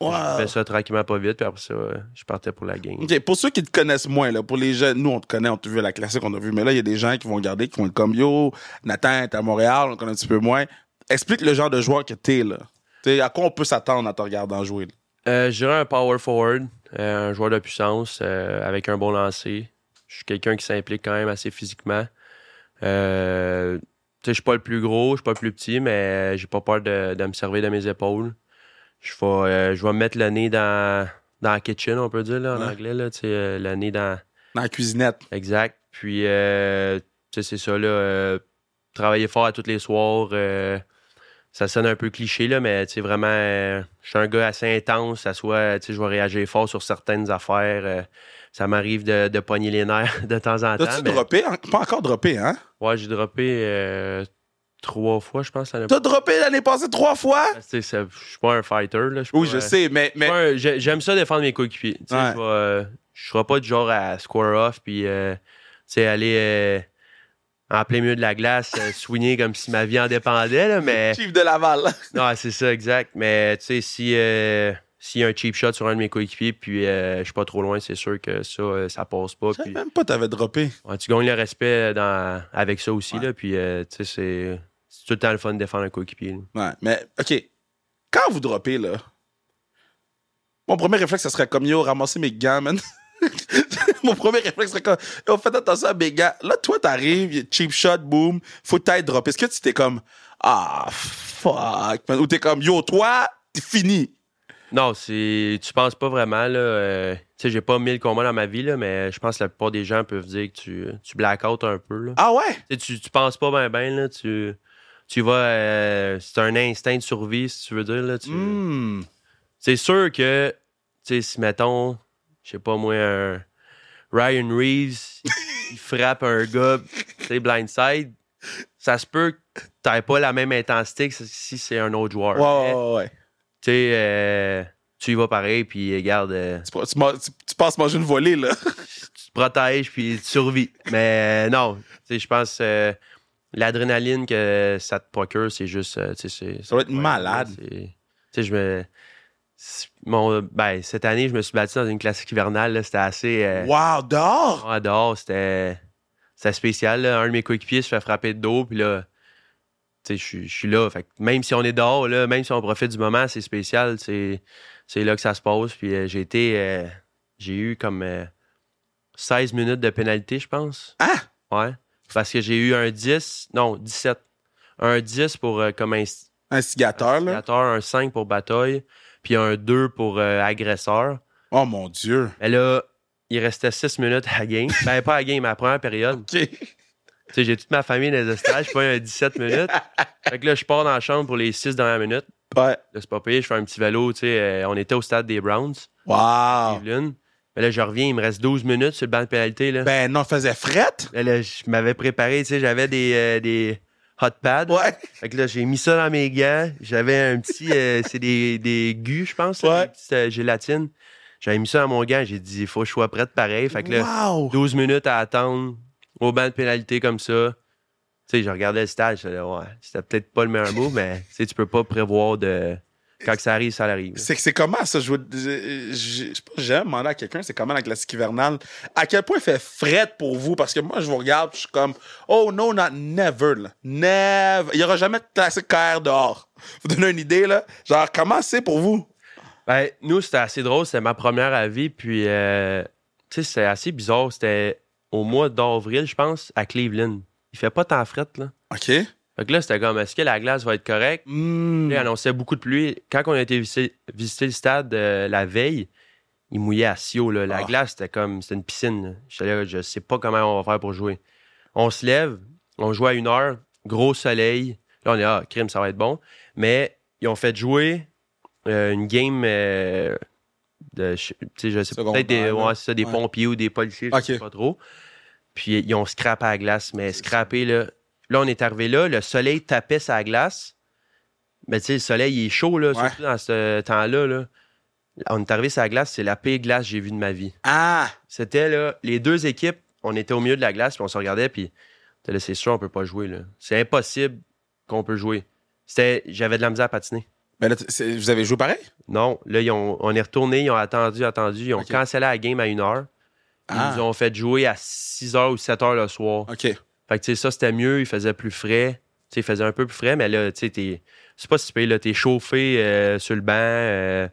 je
wow.
faisais ça tranquillement, pas vite, puis après ça, euh, je partais pour la game.
OK, pour ceux qui te connaissent moins, là, pour les jeunes, nous, on te connaît, on t'a vu à la classique, on a vu, mais là, il y a des gens qui vont regarder, qui vont être comme Yo, Nathan est à Montréal, on connaît un petit peu moins. Explique le genre de joueur que t'es, là. T'sais, à quoi on peut s'attendre en te regardant jouer, là?
Euh, je dirais un power forward, euh, un joueur de puissance euh, avec un bon lancer. Je suis quelqu'un qui s'implique quand même assez physiquement. Euh, tu sais, je suis pas le plus gros, je suis pas le plus petit, mais j'ai pas peur de, de me servir de mes épaules. Je vais, euh, je vais mettre le nez dans, dans la kitchen, on peut dire là, en
Ouais.
anglais, là, tu sais, euh, le nez dans,
Dans la cuisinette.
Exact. Puis, euh, tu sais, c'est ça, là. euh, travailler fort à tous les soirs. euh, ça sonne un peu cliché, là, mais tu sais, vraiment, euh, je suis un gars assez intense. Ça soit, euh, tu sais, je vais réagir fort sur certaines affaires. euh, ça m'arrive de, de pogner les nerfs de temps en temps.
T'as-tu
mais-
droppé? En- Pas encore droppé, hein?
Ouais, j'ai droppé euh, trois fois, je pense. l'année
T'as droppé l'année passée trois fois?
passée. Tu sais, ça- Je suis pas un fighter, là. je suis
Oui,
pas,
je
euh,
sais, mais, mais
Ouais, j'ai- j'aime ça défendre mes coéquipiers. Tu sais,
Ouais.
Je vais, euh, je serai pas du genre à square off puis euh, tu sais, aller euh, en plein milieu de la glace, euh, swinguer comme si ma vie en dépendait. là, mais
Chief de Laval.
non, c'est ça, exact. Mais tu sais, si euh, s'il y a un cheap shot sur un de mes coéquipiers puis euh, je suis pas trop loin, c'est sûr que ça, euh, ça passe pas.
Je savais
Puis,
même pas t'avais droppé.
ouais, tu gagnes le respect dans- avec ça aussi.
Ouais.
Là, puis euh, tu sais, c'est c'est tout le temps le fun de défendre un coéquipier. là.
Ouais, mais OK. Quand vous droppez, là, mon premier réflexe, ça serait comme yo, ramasser mes gants, man. mon premier réflexe serait comme yo, faites attention à mes gants. Là, toi, t'arrives, y a cheap shot, boom, faut t'être droppé. Est-ce que tu t'es comme ah, fuck, man? Ou t'es comme yo, toi, t'es fini.
Non, c'est. Tu penses pas vraiment, là. euh, tu sais, j'ai pas mille combats dans ma vie, là, mais je pense que la plupart des gens peuvent dire que tu, tu black out un peu, là.
Ah ouais?
Tu sais, Tu, tu penses pas ben ben, là. Tu, tu vas. euh, c'est un instinct de survie, si tu veux dire, là. tu-
Hmm.
C'est sûr que, tu sais, si mettons, je sais pas moi, un Ryan Reeves, il frappe un gars, tu sais, blindside, ça se peut que t'aies pas la même intensité que si c'est un autre joueur.
Ouais, ouais, ouais, ouais.
Tu sais, euh, tu y vas pareil, puis euh, garde. euh,
Tu, tu man- tu- tu penses manger une volée, là.
tu te protèges puis tu survis. Mais euh, non, tu sais, je pense euh, l'adrénaline que ça te procure, c'est juste. euh, tu sais, c'est-
Ça doit être
ouais,
malade.
c'est- Tu sais, je me. c'est- Mon, ben, cette année, je me suis battu dans une classique hivernale. là, C'était assez. euh,
Wow, dehors!
ouais, dehors, c'était. C'était spécial. là. Un de mes coéquipiers se fait frapper de dos, puis là. Tu sais, je suis- je suis là. Fait que même si on est dehors, là, même si on profite du moment, c'est spécial. C'est c'est là que ça se passe. Puis euh, j'ai été. euh, j'ai eu comme euh, 16 minutes de pénalité, je pense.
Hein?
Ouais. Parce que j'ai eu un 10. Non, 17. Un 10 pour euh, comme inst-
Instigateur, là.
instigateur, un 5 pour bataille, puis un 2 pour euh, agresseur.
Oh mon Dieu.
Mais là, il restait 6 minutes à la game. Ben, pas à la game, à la première période.
OK.
Tu sais, j'ai toute ma famille dans les estrades, je suis pas un 17 minutes. Fait que là, je pars dans la chambre pour les 6 dernières minutes.
Ouais.
Là, c'est pas payé, je fais un petit vélo, tu sais, euh, on était au stade des Browns,
Wow.
Cleveland. Mais là, je reviens, il me reste 12 minutes sur le banc de pénalité, là.
Ben non, faisait frette.
Là, là, je m'avais préparé, tu sais, j'avais des, euh, des hot pads.
Ouais.
Fait que là, j'ai mis ça dans mes gants. J'avais un petit. euh, c'est des, des gus, je pense, là,
Ouais.
des petites euh, gélatines. J'avais mis ça dans mon gant. J'ai dit, il faut que je sois prête pareil. Fait que là,
wow.
12 minutes à attendre au banc de pénalité comme ça. Tu sais, je regardais le stage. j'étais là, ouais, c'était peut-être pas le meilleur mot, mais tu sais, tu peux pas prévoir de. Quand que ça arrive, ça arrive.
C'est c'est comment ça? Je, veux- je, je- je sais pas, j'ai jamais demandé à quelqu'un, c'est comment la classique hivernale? À quel point il fait fret pour vous? Parce que moi, je vous regarde, je suis comme, oh no, not never, là. Never. Il y aura jamais de classique KR dehors. Vous donnez une idée, là? Genre, comment c'est pour vous?
Ben, nous, c'était assez drôle. C'était ma première avis. Puis, euh, tu sais, c'est assez bizarre. C'était au mois d'avril, je pense, à Cleveland. Il fait pas tant fret, là.
OK?
Fait que là, c'était comme, est-ce que la glace va être correcte?
Hmm.
Là, Il annonçait beaucoup de pluie. Quand on a été visiter, visiter le stade euh, la veille, il mouillait à Sio. là. La
Ah.
glace, c'était comme, c'était une piscine. là. J'étais là, je sais pas comment on va faire pour jouer. On se lève, on joue à une heure, gros soleil. Là, on est, ah, crime, ça va être bon. Mais ils ont fait jouer euh, une game euh, de, je, tu sais, je sais pas, peut-être des,
Secondaire, là.
ouais, c'est ça, des
Ouais.
pompiers ou des policiers, je
Ok.
sais pas trop. Puis ils ont scrapé à la glace, mais scrapé, là. Là, on est arrivé là, le soleil tapait sa glace. Mais tu sais, le soleil il est chaud, là,
Ouais.
surtout dans ce temps-là. Là. On est arrivé sur la glace, c'est la pire glace que j'ai vue de ma vie.
Ah!
C'était là, les deux équipes, on était au milieu de la glace, puis on se regardait, puis t'es là, c'est sûr, on peut pas jouer. là. C'est impossible qu'on peut jouer. C'était, j'avais de la misère à patiner.
Mais Ben là, t- c'est- vous avez joué pareil?
Non, là, ils ont- on est retourné, ils ont attendu, attendu, ils ont
Ok.
cancellé la game à une heure. Ils
Ah.
nous ont fait jouer à 6 h ou 7 h le soir.
OK.
Fait que, tu sais, ça, c'était mieux. Il faisait plus frais. Tu sais, il faisait un peu plus frais, mais là, tu sais, t'es- c'est pas si pire, là. T'es chauffé euh, sur le banc, euh,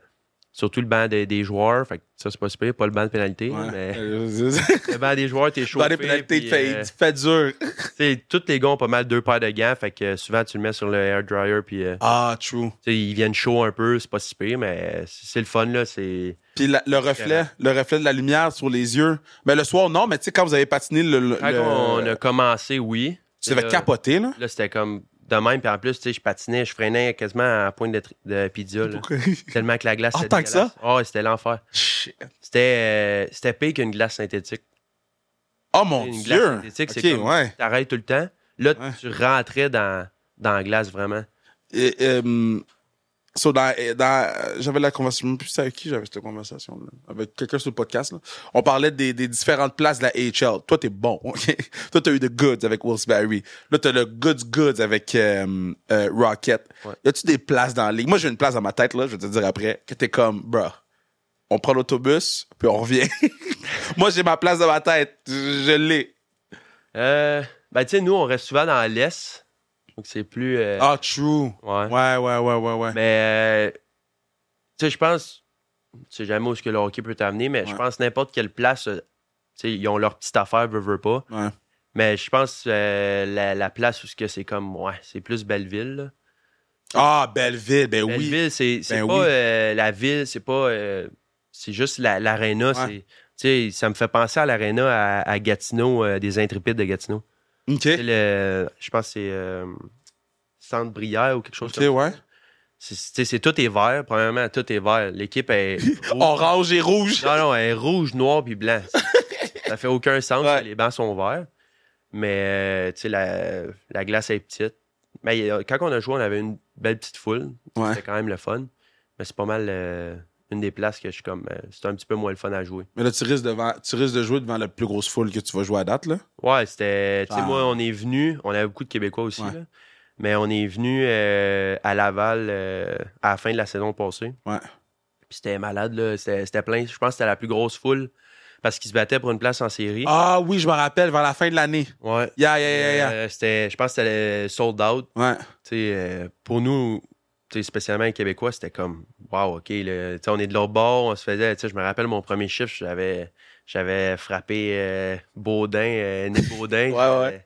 surtout le banc des, des joueurs. Fait que ça, c'est pas si pire, pas le banc de pénalité, là,
Ouais.
mais
Euh,
le banc des joueurs, t'es chauffé.
Dans les pénalités,
puis,
il fait,
euh,
il fait dur.
tu sais, tous les gars ont pas mal deux paires de gants. Fait que euh, souvent, tu le mets sur le air dryer, puis euh,
Ah, true.
tu sais, ils viennent chauds un peu. C'est pas si pire, mais c'est c'est le fun, là. C'est.
Puis la- le reflet, le reflet de la lumière sur les yeux. Mais le soir, non, mais tu sais, quand vous avez patiné le. le-
Quand
le-
Ah, on a commencé, oui.
Tu devais
Là-
capoter, là.
Là, c'était comme de même. Puis en plus, tu sais, je patinais, je freinais quasiment à pointe de, tri- de pizza. là. Tellement que la glace
En
était
tant que ça?
dégueulasse. Ah, c'était l'enfer.
Shit.
C'était, euh, c'était pire qu'une glace synthétique.
Oh mon
Une glace
dieu!
synthétique, c'est
Ok,
comme-
ouais.
T'arrêtes tout le temps. Là,
Ouais.
tu rentrais dans, dans la glace vraiment.
Et, euh, so, dans- et dans- j'avais la conversation, je me plus avec qui j'avais cette conversation là, avec quelqu'un sur le podcast. là. On parlait des, des différentes places de la AHL. Toi, t'es bon. ok? Toi, t'as eu The Goods avec Wilkes-Barre. Là, t'as le Goods Goods avec euh, euh, Rocket.
Ouais.
Y a-tu des places dans la ligue? Moi, j'ai une place dans ma tête là. Je vais te dire après que t'es comme, bro. On prend l'autobus puis on revient. Moi, j'ai ma place dans ma tête. Je, je l'ai.
Euh, ben, tu sais, nous, on reste souvent dans l'Est. Donc, c'est plus. euh,
Ah, true.
ouais.
Ouais, ouais, ouais, ouais, ouais.
Mais, euh, tu sais, je pense. Tu sais jamais où ce que le hockey peut t'amener, mais je
Ouais.
pense n'importe quelle place, euh, tu sais, ils ont leur petite affaire, veut, veut pas.
Ouais.
Mais je pense euh, la, la place où ce que c'est comme, ouais, c'est plus Belleville. là.
Ah, Belleville, ben oui.
Belleville, c'est c'est
Ben
pas
oui.
euh, la ville, c'est pas. euh, c'est juste la- l'aréna. c'est-
Ouais.
tu sais, ça me fait penser à l'aréna à, à Gatineau, euh, des Intrépides de Gatineau.
Ok.
Tu sais, le- Je pense que c'est euh, Centre Brière ou quelque chose
Ok,
comme ça.
ouais.
C'est- tu sais, c'est- tout est vert. Premièrement, tout est vert. L'équipe est. rouge.
Orange et rouge.
Non, non, elle est rouge, noir puis blanc. ça fait aucun sens.
Ouais.
Les bancs sont verts. Mais, euh, tu sais, la, la glace est petite. Mais euh, quand on a joué, on avait une belle petite foule.
Ouais.
C'était quand même le fun. Mais c'est pas mal euh, une des places que je suis comme. euh, c'est un petit peu moins le fun à jouer.
Mais là, tu risques, devant, tu risques de jouer devant la plus grosse foule que tu vas jouer à date, là.
Ouais, c'était. Tu sais,
Ah.
moi, on est venu. On avait beaucoup de Québécois aussi.
Ouais.
là. mais on est venu euh, à Laval euh, à la fin de la saison passée.
Ouais.
Puis c'était malade, là. C'était c'était plein. Je pense que c'était la plus grosse foule parce qu'ils se battaient pour une place en série.
Ah oui, je me rappelle, vers la fin de l'année.
Ouais.
Yeah, yeah, yeah, yeah.
Euh, c'était, je pense que c'était le sold out.
Ouais.
Tu sais, euh, pour nous, tu sais, spécialement les Québécois, c'était comme Wow, OK, là, tu sais, on est de l'autre bord, on se faisait. tu sais, Je me rappelle mon premier chiffre, j'avais, j'avais frappé euh, Baudin, euh, Nick Baudin.
Ouais,
J'avais-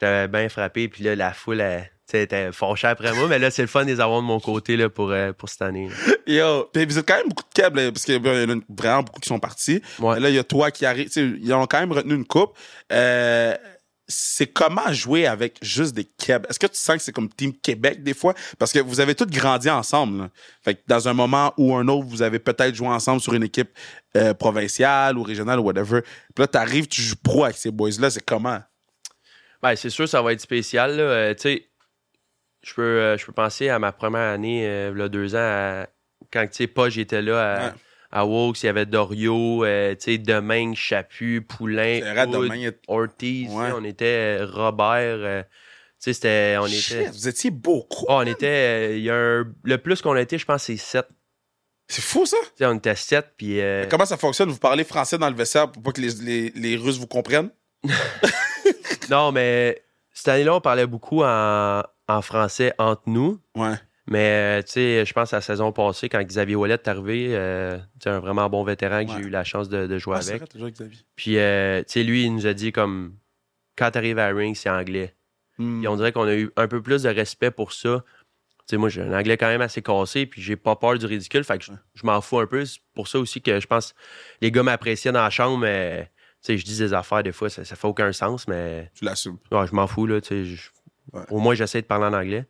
J'avais bien frappé, puis là, la foule elle, tu sais, était fâchée après moi, mais là, c'est le fun de les avoir de mon côté là, pour, euh, pour cette année. là.
Yo. Puis vous êtes quand même beaucoup de câbles, là, parce qu'il y en a vraiment beaucoup qui sont partis.
Ouais.
Mais Là, il y a toi qui arrive. Tu sais, Ils ont quand même retenu une coupe. Euh, c'est comment jouer avec juste des Québécois? Est-ce que tu sens que c'est comme Team Québec des fois? Parce que vous avez tous grandi ensemble. là. Fait que dans un moment ou un autre, vous avez peut-être joué ensemble sur une équipe euh, provinciale ou régionale ou whatever. Puis là, t'arrives, tu joues pro avec ces boys-là. C'est comment?
Ben, c'est sûr, ça va être spécial. là. Euh, tu sais, je peux, euh, je peux penser à ma première année, euh, là, deux ans, à- quand, tu sais, pas, j'étais là à,
Ouais.
à Wokes, il y avait Dorio, euh, tu sais, Domingue, Chaput, Poulain,
C'est vrai,
Hood,
demain, il y a-
Ortiz, tu sais,
Ouais.
on était euh, Robert. euh, tu sais, c'était. On
Shit,
était.
vous étiez beaucoup.
Ah, on était. euh, il y a un- le plus qu'on a été, je pense, c'est 7.
C'est fou, ça.
on était 7, puis. euh,
Comment ça fonctionne? Vous parlez français dans le vestiaire pour pas que les, les- les Russes vous comprennent?
Non, mais cette année-là, on parlait beaucoup en, en français entre nous.
Ouais.
Mais, euh, tu sais, je pense à la saison passée, quand Xavier Ouellet est arrivé, euh, tu sais, un vraiment bon vétéran que
Ouais.
j'ai eu la chance de, de jouer
Ah, c'est
avec.
vrai, t'as joué avec Xavier.
Puis, euh, tu sais, lui, il nous a dit comme quand t'arrives à Ring, c'est anglais.
Hmm.
Et on dirait qu'on a eu un peu plus de respect pour ça. Tu sais, moi, j'ai un anglais quand même assez cassé, puis j'ai pas peur du ridicule. Fait que je, je m'en fous un peu. C'est pour ça aussi que je pense les gars m'appréciaient dans la chambre, mais tu sais, je dis des affaires des fois, ça, ça fait aucun sens, mais
Tu l'assumes.
ouais, je m'en fous, là. tu sais, je-
Ouais.
Au moins, j'essaie de parler en anglais.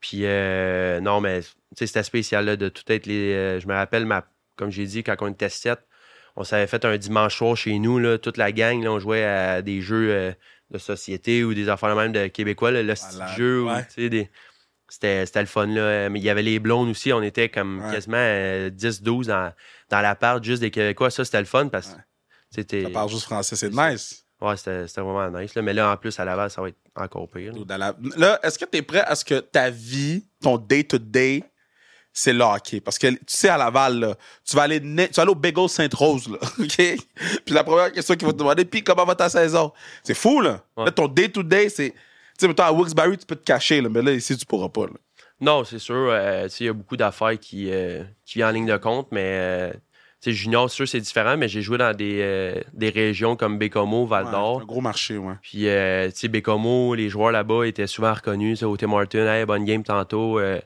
Puis, euh, non, mais tu sais, c'était spécial, là, de tout être les. euh, je me rappelle, ma, comme j'ai dit, quand on était 7, on s'avait fait un dimanche soir chez nous, là, toute la gang, là, on jouait à des jeux euh, de société ou des affaires même de Québécois, là, le style
Malade,
jeu. ou,
ouais.
tu sais, des- C'était c'était le fun, là. Mais il y avait les blondes aussi, on était comme
Ouais.
quasiment euh, 10-12 dans, dans l'appart juste des Québécois. Ça, c'était le fun parce que.
Ouais.
tu sais, t'es-
Ça parle juste français, c'est
C'est-
nice.
Ouais, c'était c'était vraiment nice. Là. Mais là, en plus, à Laval, ça va être encore pire. là.
Dans la- Là, est-ce que t'es prêt à ce que ta vie, ton day-to-day, c'est le hockey? Parce que tu sais, à Laval, là, tu vas aller, na- tu vas aller au Bagel Sainte-Rose, là, OK? Puis la première question qu'ils vont te demander, puis comment va ta saison? C'est fou, là.
Ouais.
Là, ton day-to-day, c'est. Tu sais, mettons, à Wilkes-Barre, tu peux te cacher, là, mais là, ici, tu pourras pas. là.
Non, c'est sûr. euh, tu sais, il y a beaucoup d'affaires qui, euh, qui viennent en ligne de compte, mais euh, tu sais, junior, c'est sûr, c'est différent, mais j'ai joué dans des, euh, des régions comme Bécomo,
Ouais,
Val-d'Or.
c'est un gros marché, ouais.
Puis, euh, tu sais, Bécomo, les joueurs là-bas étaient souvent reconnus. Au Tim Martin, hey, bonne game tantôt. euh,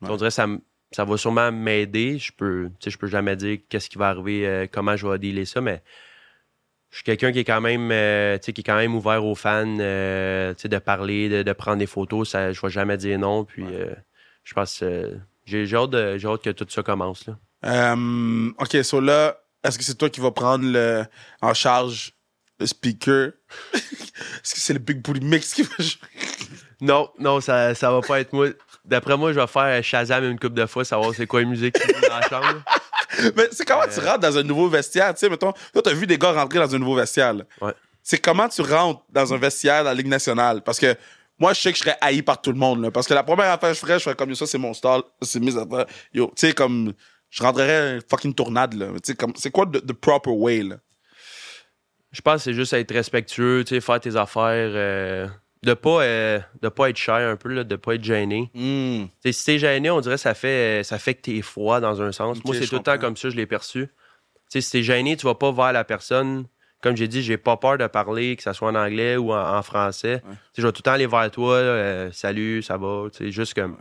tu sais, On dirait que ça, m- ça va sûrement m'aider. Je peux, tu sais, je peux jamais dire qu'est-ce qui va arriver, euh, comment je vais dealer ça, mais je suis quelqu'un qui est quand même, euh, tu sais, qui est quand même ouvert aux fans, euh, tu sais, de parler, de, de prendre des photos. Ça, je vais jamais dire non. Puis,
Ouais.
euh, je pense, euh, j'ai j'ai hâte, de- j'ai hâte que tout ça commence. Là.
Euh, OK, so là, est-ce que c'est toi qui vas prendre le, en charge le speaker? est-ce que c'est le Big Booty Mix qui va jouer?
Non, non, ça, ça va pas être moi. D'après moi, je vais faire Shazam une couple de fois, savoir c'est quoi une musique qui joue dans la chambre.
Mais c'est comment tu
Euh.
rentres dans un nouveau vestiaire, tu sais, mettons, toi, t'as vu des gars rentrer dans un nouveau vestiaire. là.
Ouais.
C'est comment tu rentres dans un vestiaire de la Ligue nationale? Parce que moi, je sais que je serais haï par tout le monde, là. Parce que la première affaire que je ferais, je ferais comme yo, ça, c'est mon style, c'est mes affaires. Yo, tu sais, comme, je rentrerais une fucking tournade, là. Tu sais, comme, c'est quoi the, the proper way, là?
Je pense que c'est juste être respectueux, tu sais, faire tes affaires, euh, de pas euh, de pas être cher un peu, là, de pas être gêné.
Hmm.
Tu sais, si t'es gêné, on dirait que ça fait euh, ça fait que t'es froid dans un sens.
Ok,
Moi, c'est
je
tout le temps
comprends.
comme ça, je l'ai perçu. Tu sais, si t'es gêné, tu vas pas vers la personne. Comme j'ai dit, j'ai pas peur de parler, que ça soit en anglais ou en, en français.
Ouais.
Tu sais, je vais tout le temps aller vers toi, euh, salut, ça va, tu sais, juste comme.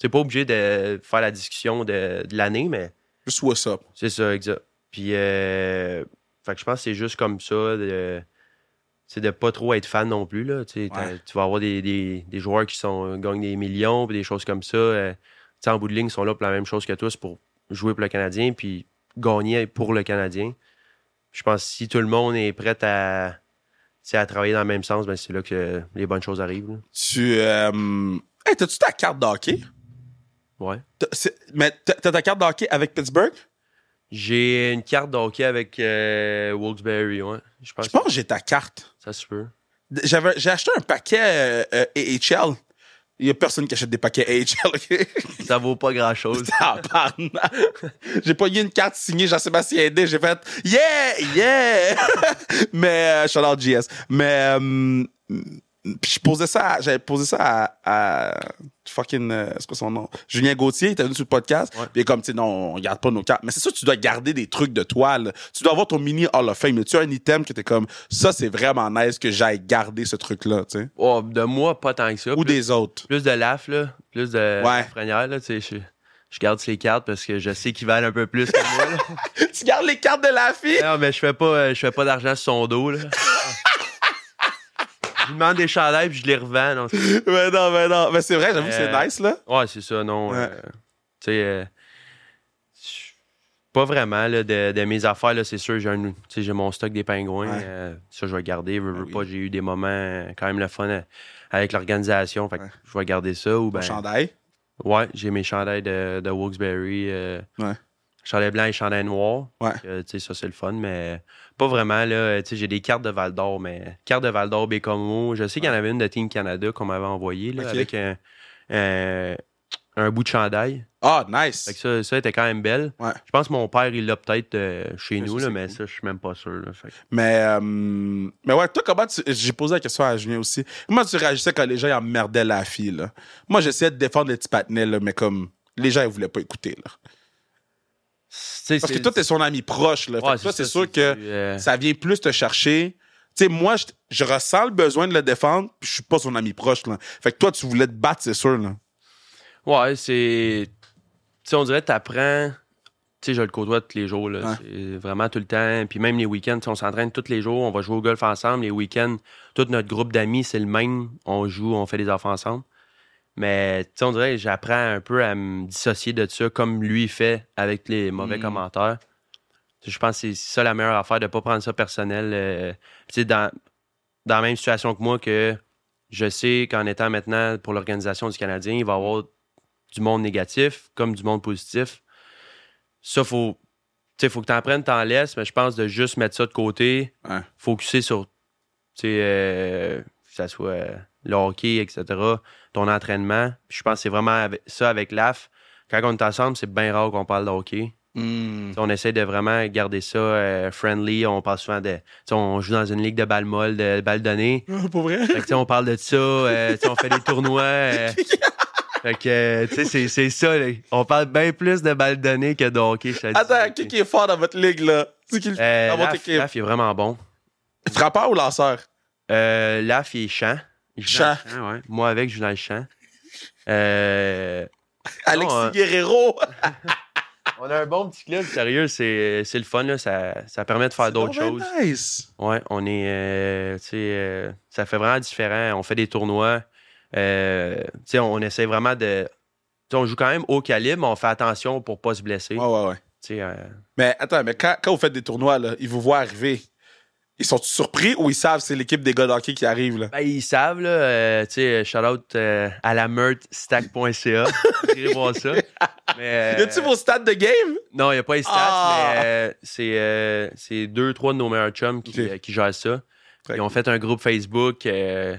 T'es pas obligé de faire la discussion de, de l'année, mais
Juste what's up.
c'est ça, exact. Puis, euh, fait que je pense que c'est juste comme ça, de, c'est de pas trop être fan non plus. Là. Tu sais, t'as-
Ouais.
Tu vas avoir des, des- des joueurs qui sont, gagnent des millions, puis des choses comme ça. euh, tu sais, en bout de ligne, ils sont là pour la même chose que tous, pour jouer pour le Canadien, puis gagner pour le Canadien. Je pense que si tout le monde est prêt à, tu sais, à travailler dans le même sens, ben c'est là que les bonnes choses arrivent. là.
Tu. Euh... Hey, t'as-tu ta carte de hockey?
Ouais.
T'as- c'est- Mais t'as t'as ta carte de hockey avec Pittsburgh?
J'ai une carte d'hockey avec euh, Wilkes-Barre, ouais. Je pense
Je
que
pense que j'ai ta carte.
ça se peut.
J'avais- J'ai acheté un paquet euh, euh, AHL. Il n'y a personne qui achète des paquets AHL, OK?
Ça vaut pas grand-chose.
Tabarnak. J'ai pas eu une carte signée Jean-Sébastien Aidé. J'ai fait « Yeah! Yeah! » Mais, euh, shout out JS. Mais, euh, puis je posais ça, à- j'avais posé ça à, à fucking, euh, c'est quoi son nom? Julien Gauthier, il était venu sur le podcast.
Ouais.
Puis il est comme, tu sais, non, on garde pas nos cartes. Mais c'est sûr, tu dois garder des trucs de toi, là. Tu dois avoir ton mini Hall of Fame. là. Tu as un item que t'es comme, ça, c'est vraiment nice que j'aille garder ce truc-là, tu sais.
Oh, de moi, pas tant que ça.
Ou
plus,
des autres.
plus de laf, là. Plus de
Ouais.
Lafrenière, là. Tu sais, je, je garde ces cartes parce que je sais qu'ils valent un peu plus que moi. là.
tu gardes les cartes de la fille?
non, mais je fais pas, euh, je fais pas d'argent sur son dos, là. je lui demande des chandelles puis je les revends. non, c'est-
mais Ben non, mais non. Mais c'est vrai, j'avoue que
Euh,
c'est nice, là.
ouais, c'est ça, non.
Ouais.
euh, tu sais, euh, je- pas vraiment, là, de, de mes affaires, là, c'est sûr. J'ai un- tu sais, j'ai mon stock des pingouins.
Ouais.
euh, ça, je vais garder. Veux,
Ah
veux
oui.
pas, j'ai eu des moments euh, quand même le fun euh, avec l'organisation. Fait que
Ouais.
je vais garder ça. Ou
Ton
ben,
chandail.
Ouais, j'ai mes chandails de, de Wilkes-Barre. euh,
Ouais.
Chalet blanc et chandail noir.
Ouais.
Euh, tu sais, ça, c'est le fun, mais pas vraiment. là. Euh, tu sais, J'ai des cartes de Val d'Or, mais cartes de Val d'Or, Bécomo. Je sais qu'il y en avait une de Team Canada qu'on m'avait envoyée là,
Ok.
avec un, un- un bout de chandail.
Ah, nice.
Fait que ça, ça était quand même belle.
Ouais.
Je pense que mon père, il l'a peut-être euh, chez
Ça,
nous,
ça,
là,
c'est
mais
cool.
ça, je suis même pas sûr. là. Fait que-
Mais, euh, mais ouais, toi, comment tu. J'ai posé la question à Julien aussi. Comment tu réagissais quand les gens ils emmerdaient la fille, là? Moi, j'essayais de défendre les petits patinets, là, mais comme les gens, ils voulaient pas écouter, là.
Tu sais,
Parce que
c'est-
toi, t'es son ami proche, là. Fait que
Ouais,
toi, c'est
ça,
sûr que
du, euh,
ça vient plus te chercher. Tu sais, moi, je, je ressens le besoin de le défendre, puis je suis pas son ami proche, là. Fait que toi, tu voulais te battre, c'est sûr, là.
Ouais, c'est. Tu sais, on dirait que t'apprends. Tu sais, je le côtoie tous les jours, là.
Ouais.
C'est vraiment tout le temps. Puis même les week-ends, tu sais, on s'entraîne tous les jours. On va jouer au golf ensemble. Les week-ends, tout notre groupe d'amis, c'est le même. On joue, on fait des affaires ensemble. Mais tu sais, on dirait que j'apprends un peu à me dissocier de ça, comme lui fait avec les mauvais
Mm.
commentaires. Tu sais, Je pense que c'est ça la meilleure affaire, de pas prendre ça personnel. euh, puis tu sais, dans, dans la même situation que moi, que je sais qu'en étant maintenant pour l'organisation du Canadien, il va y avoir du monde négatif comme du monde positif. Ça, faut, tu sais, faut que tu en prennes, t'en laisses, mais je pense de juste mettre ça de côté,
Ouais.
focuser sur, tu sais, euh, que ça soit euh, le hockey, etc., ton entraînement. Puis je pense que c'est vraiment avec- ça avec l'AF. Quand on est ensemble, c'est bien rare qu'on parle de hockey. Tu sais, On essaie de vraiment garder ça euh, friendly. On parle souvent de. tu sais, On joue dans une ligue de balles molles, de balles données.
Ah, Pour vrai?
Fait que, tu sais, on parle de ça, euh, tu sais, on fait des tournois. euh, fait que, euh, tu sais, c'est- c'est ça. là. On parle bien plus de balles données que de hockey, je te dis.
Attends, Ah, qui, qui est fort dans votre ligue, là? C'est qui le
Euh,
dans votre
Laf,
équipe?
Laf, il est vraiment bon.
Frappeur ou lanceur?
Euh, Laf, il est champ. Il joue dans le
Champ.
champ, ouais. Moi avec, je joue dans le champ. Euh,
Alexis
hein.
Guerrero!
on a un bon petit club, sérieux, c'est c'est le fun, là. Ça, ça permet de faire
C'est
d'autres
donc
choses.
bien Nice.
Ouais, on est. euh, tu sais, euh, ça fait vraiment différent. On fait des tournois. Euh, tu sais, on, on essaie vraiment de. tu sais, on joue quand même au calibre, mais on fait attention pour pas se blesser.
Ouais, ouais, ouais.
Tu sais, euh,
Mais attends, mais quand, quand vous faites des tournois, là, ils vous voient arriver. Ils sont surpris ou ils savent que c'est l'équipe des gars de hockey qui arrive, là?
ben, ils savent, là. euh, tu sais, shout out euh, à la meute stack.ca. Vous irez voir ça. Mais, euh,
Y a-tu vos stats de game?
Non, il n'y a pas les stats,
Ah!
mais euh, c'est, euh, c'est deux, trois de nos meilleurs chums qui,
Ok.
euh, qui gèrent ça.
Très
ils ont
cool.
fait un groupe Facebook. euh,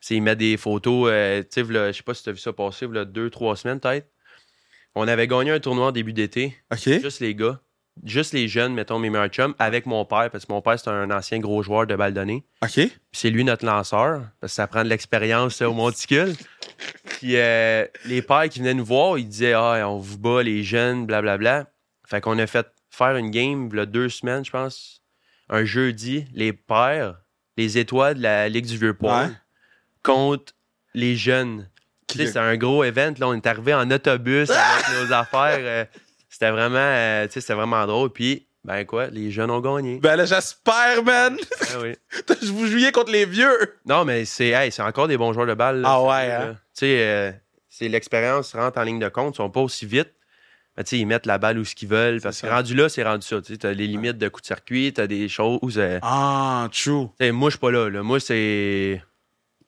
c'est- ils mettent des photos. euh, tu sais, v'là- je sais pas si tu as vu ça passer, v'là deux, trois semaines peut-être. On avait gagné un tournoi en début d'été,
OK.
juste les gars. Juste les jeunes, mettons, mes meilleurs chums, avec mon père, parce que mon père, c'est un ancien gros joueur de balle donnée.
OK.
Puis c'est lui notre lanceur, parce que ça prend de l'expérience euh, au monticule. Puis euh, les pères qui venaient nous voir, ils disaient Ah, on vous bat, les jeunes, blablabla. Fait qu'on a fait faire une game, il y a deux semaines, je pense, un jeudi, les pères, les étoiles de la Ligue du Vieux-Port
Ouais.
contre les jeunes. Tu sais,
Ok.
c'est un gros event. Là, on est arrivé en autobus avec nos affaires. euh, c'était vraiment, euh, tu sais, c'était vraiment drôle. Puis, ben quoi, les jeunes ont gagné.
Ben là, j'espère, man!
Ah oui.
Je vous jouiez contre les vieux!
Non, mais c'est hey, c'est encore des bons joueurs de balle. là,
Ah
sérieux,
ouais,
là.
hein?
Tu sais, euh, c'est l'expérience rentre en ligne de compte. Ils sont pas aussi vite. Mais tu sais, ils mettent la balle où ce qu'ils veulent. Parce que
ça.
rendu là, c'est rendu ça. Tu sais, t'as les limites de coups de circuit, t'as des choses. euh,
Ah, true.
tu sais, moi, je suis pas là, là. Moi, c'est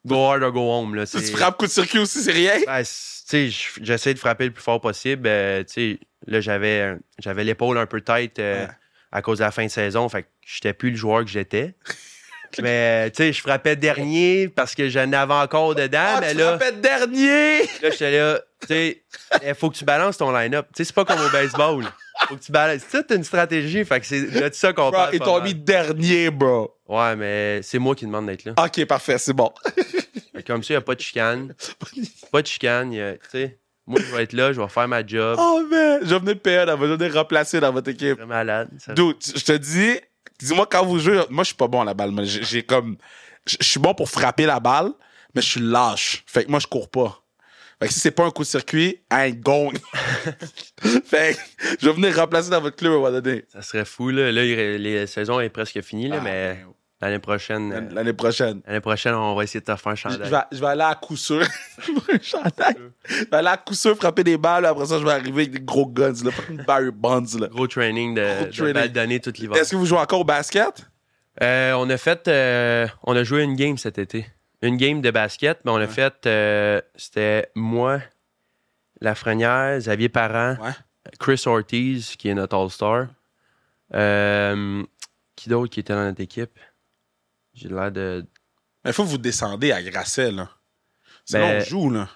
go hard or go home. Là.
Si
C'est-
tu frappes coup de circuit aussi, c'est rien.
Ouais, c'est- Ben, tu sais, j- j'essaie de frapper le plus fort possible. euh, tu sais, là, j'avais un- j'avais l'épaule un peu tight euh,
Ouais.
à cause de la fin de saison. Fait que j'étais plus le joueur que j'étais. mais euh, tu sais, je frappais dernier parce que j'en avais encore dedans.
Ah,
mais
tu
là,
frappais dernier!
là j'étais là. Tu sais, il faut que tu balances ton line-up. Tu sais, c'est pas comme au baseball. Faut que tu balances. C'est toute une stratégie. Fait que c'est de ça qu'on
Bro,
parle.
ils
pas
t'ont
mal.
mis dernier, bro.
Ouais, mais c'est moi qui demande d'être là.
Ok, parfait, c'est bon.
Fait que Comme ça, il n'y a pas de chicane. Pas de chicane. y a- Tu sais, moi, je vais être là, je vais faire ma job.
Oh man, je vais venir PA, dans- je vais venir remplacer dans votre équipe.
Très malade. ça.
Dude, tu- je te dis, dis-moi quand vous jouez, moi je suis pas bon à la balle, mais j'ai j'ai comme. Je je suis bon pour frapper la balle, mais je suis lâche. Fait que moi je cours pas. Fait que si c'est pas un coup de circuit, un gong. fait que je vais venir remplacer dans votre club à un moment donné.
Ça serait fou, là. Là, il- les saisons est presque finie, là,
Ah,
mais euh, l'année prochaine, euh,
L'année prochaine.
l'année prochaine, on va essayer de te faire un
Je-
chandail.
Je vais, je vais aller à coup sûr. Pour un chandail. Je vais aller à coup sûr frapper des balles. Après ça, je vais arriver avec des gros guns, là, fucking Barry Bonds. Là.
Gros training de,
Gros
de
training.
balles données tout l'hiver.
Est-ce que vous jouez encore au basket?
Euh, on a fait, euh, on a joué une game cet été, une game de basket, mais on a fait, euh, c'était moi, Lafrenière, Xavier Parent,
Ouais.
Chris Ortiz, qui est notre All-Star. Euh, qui d'autre qui était dans notre équipe? J'ai l'air de.
Il faut que vous descendez à Grasset, là. Sinon,
Ben-
on joue, là.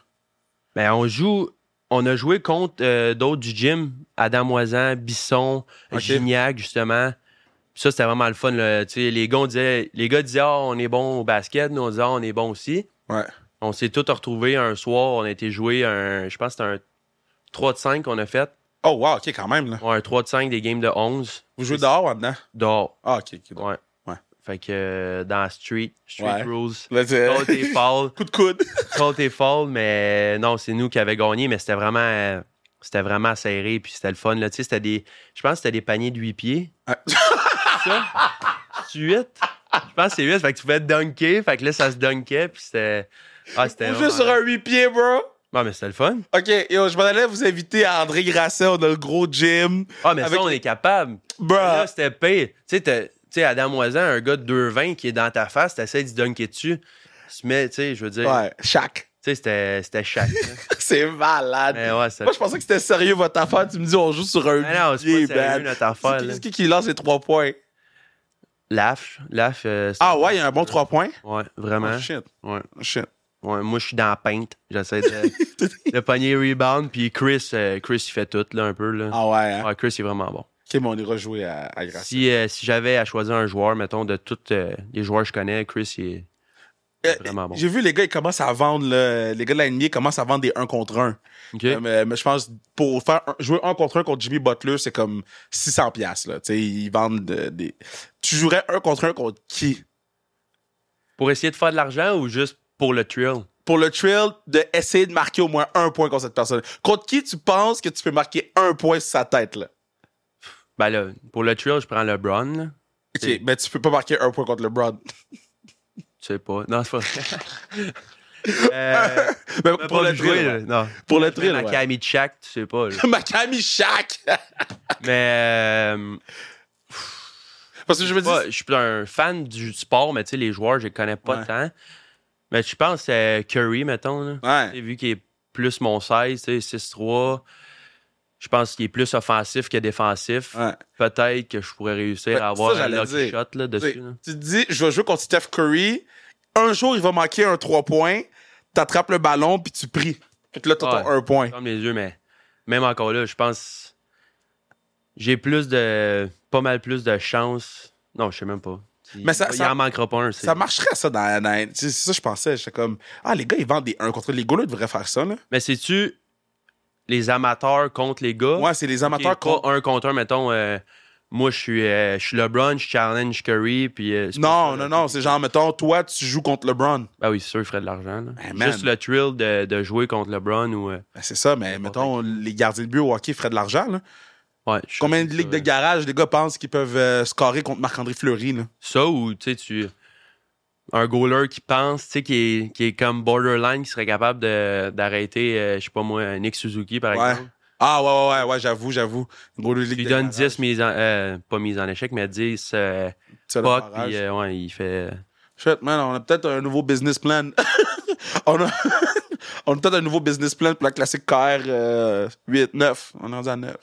Ben, on joue. On a joué contre euh, d'autres du gym, Adam Moisan, Bisson,
Ok.
Gignac, justement. Puis Ça, c'était vraiment le fun. là. Tu sais, Les, gars, on disait- les gars disaient Ah, on est bon au basket, nous on disait Ah, on est bon aussi.
Ouais.
On s'est tous retrouvés un soir, on a été jouer un. Je pense que c'était un 3 de 5 qu'on a fait.
Oh, wow, OK, quand même, là.
Ouais, un 3 de 5 des games de 11
Vous jouez dehors ou en dedans?
dehors.
Ah, OK, OK.
Ouais.
Ouais.
Fait que euh, dans la Street, Street
Ouais. Euh.
Rules,
Là, c'est-
Colt est foul,
Coup de coude.
Colt est foul, mais non, c'est nous qui avions gagné, mais c'était vraiment, euh, c'était vraiment serré, puis c'était le fun. Là. Tu sais, c'était des, je pense que c'était des paniers de 8 pieds.
Ah.
ça? C'est 8? Je pense que c'est 8, fait que tu pouvais te dunker, fait que là, ça se dunkait, puis c'était. Ah, c'était.
Vous jouez sur
vraiment-
un 8 pieds, bro.
Ah, mais c'était le fun.
OK, yo, je m'en allais vous inviter à André Grasset. On a le gros gym.
Ah, mais
Avec Ah.
ça, on est capable.
Bro.
Là, c'était pire. Tu sais, t'as- tu sais, Adam Moisan, un gars de 2,20 qui est dans ta face, t'essaies de se dunker dessus. Tu te mets, tu sais, je veux dire,
Ouais, chaque.
tu sais, c'était c'était chac. là.
C'est malade.
mais ouais, ça.
Moi, je pensais que c'était sérieux, votre affaire. Tu me dis, on joue sur un
Mais non,
pied,
c'est pas sérieux,
man.
notre affaire.
C'est-
là.
c'est qui qui lance les trois points?
Laf, Laf. euh, c'est-
Ah ouais, il y a un bon trois points?
Ouais, vraiment.
Oh, shit.
Ouais.
Shit.
Ouais, moi, je suis dans la peinte. J'essaie de, de pogner rebound. Puis Chris, euh, Chris, il fait tout, là, un peu. Là.
Ah ouais, hein?
Ouais, Chris, il est vraiment bon.
OK, mais on ira jouer à, à Grasset.
Si, euh, si j'avais à choisir un joueur, mettons, de tous euh, les joueurs que je connais, Chris, il est
Euh,
vraiment bon.
J'ai vu les gars, ils commencent à vendre, là, les gars de la NBA commencent à vendre des 1 contre 1.
OK?
Euh, mais, mais je pense, pour faire un- jouer 1 contre 1 contre Jimmy Butler, c'est comme 600 piastres, là. Tu sais, ils vendent de- des... Tu jouerais 1 contre 1 contre qui?
Pour essayer de faire de l'argent ou juste pour le thrill?
Pour le thrill de essayer de marquer au moins un point contre cette personne. Contre qui tu penses que tu peux marquer un point sur sa tête, là?
Ben là, pour le thrill, je prends LeBron. Là.
OK, mais tu peux pas marquer un point contre LeBron.
Tu sais pas. Non, c'est pas euh,
Mais
mais
pour,
pas
le
me
thrill,
jouer,
ouais.
là, non.
pour le
Je prends
thrill,
ma
ouais.
Camille de Shaq, tu sais pas. là.
Macami Shaq!
Mais euh,
Parce que je me dis,
pas- je suis plus un fan du sport, mais tu sais, les joueurs, je les connais pas
Ouais.
tant. Mais je pense euh, Curry, mettons. Là. Tu sais,
ouais,
Vu qu'il est plus mon 16, tu sais, 6-3, je pense qu'il est plus offensif que défensif.
ouais.
Peut-être que je pourrais réussir
Ben,
à avoir
ça,
un
j'allais
lucky
dire.
shot là,
Tu sais,
dessus. là.
tu te dis, je vais jouer contre Steph Curry. Un jour, il va manquer un 3 points. T'attrapes le ballon, puis tu pries. Fait que là, t'as ton
Ouais.
1 point.
Comme les yeux, mais même encore là, je pense. J'ai plus de. Pas mal plus de chance. Non, je sais même pas. Il,
Mais ça-
il
ça-
en manquera pas un. c'est-
Ça marcherait, ça, dans... dans- tu sais, c'est ça, je pensais. J'étais comme, ah, les gars, ils vendent des 1 contre Les gars, là, ils devraient faire ça, là.
Mais sais-tu les amateurs contre les gars?
Ouais, c'est les
Qui est
amateurs contre...
Pas un contre un, mettons. euh, moi, je suis, euh, je suis LeBron, je challenge Curry, puis. euh, c'est pas
Non,
ça,
non,
là.
non, c'est genre, mettons, toi, tu joues contre LeBron.
Ben oui, c'est sûr, il ferait de l'argent. là.
Ben, man.
Juste le thrill de, de jouer contre LeBron ou. euh,
Ben, c'est ça, mais
N'importe
mettons, les gardiens de but au hockey feraient de l'argent, là.
ouais, je-
Combien de
c'est
ligues
ça,
de garage les gars pensent qu'ils peuvent euh, scorer contre Marc-André Fleury, là?
Ça ou, tu sais, tu. Un goaler qui pense, tu sais, qui est, qui est comme borderline, qui serait capable de- d'arrêter, euh, je sais pas moi, Nick Suzuki, par
Ouais.
exemple.
Ah ouais, ouais, ouais, ouais j'avoue, j'avoue. Gros lui
Tu lui donne 10 mises en. euh, pas mises en échec, mais 10 euh, puck, puis euh, ouais, il fait.
Shit, man, on a peut-être un nouveau business plan. on a, on a peut-être un nouveau business plan pour la classique KR euh, 8, 9. On est rendu à 9.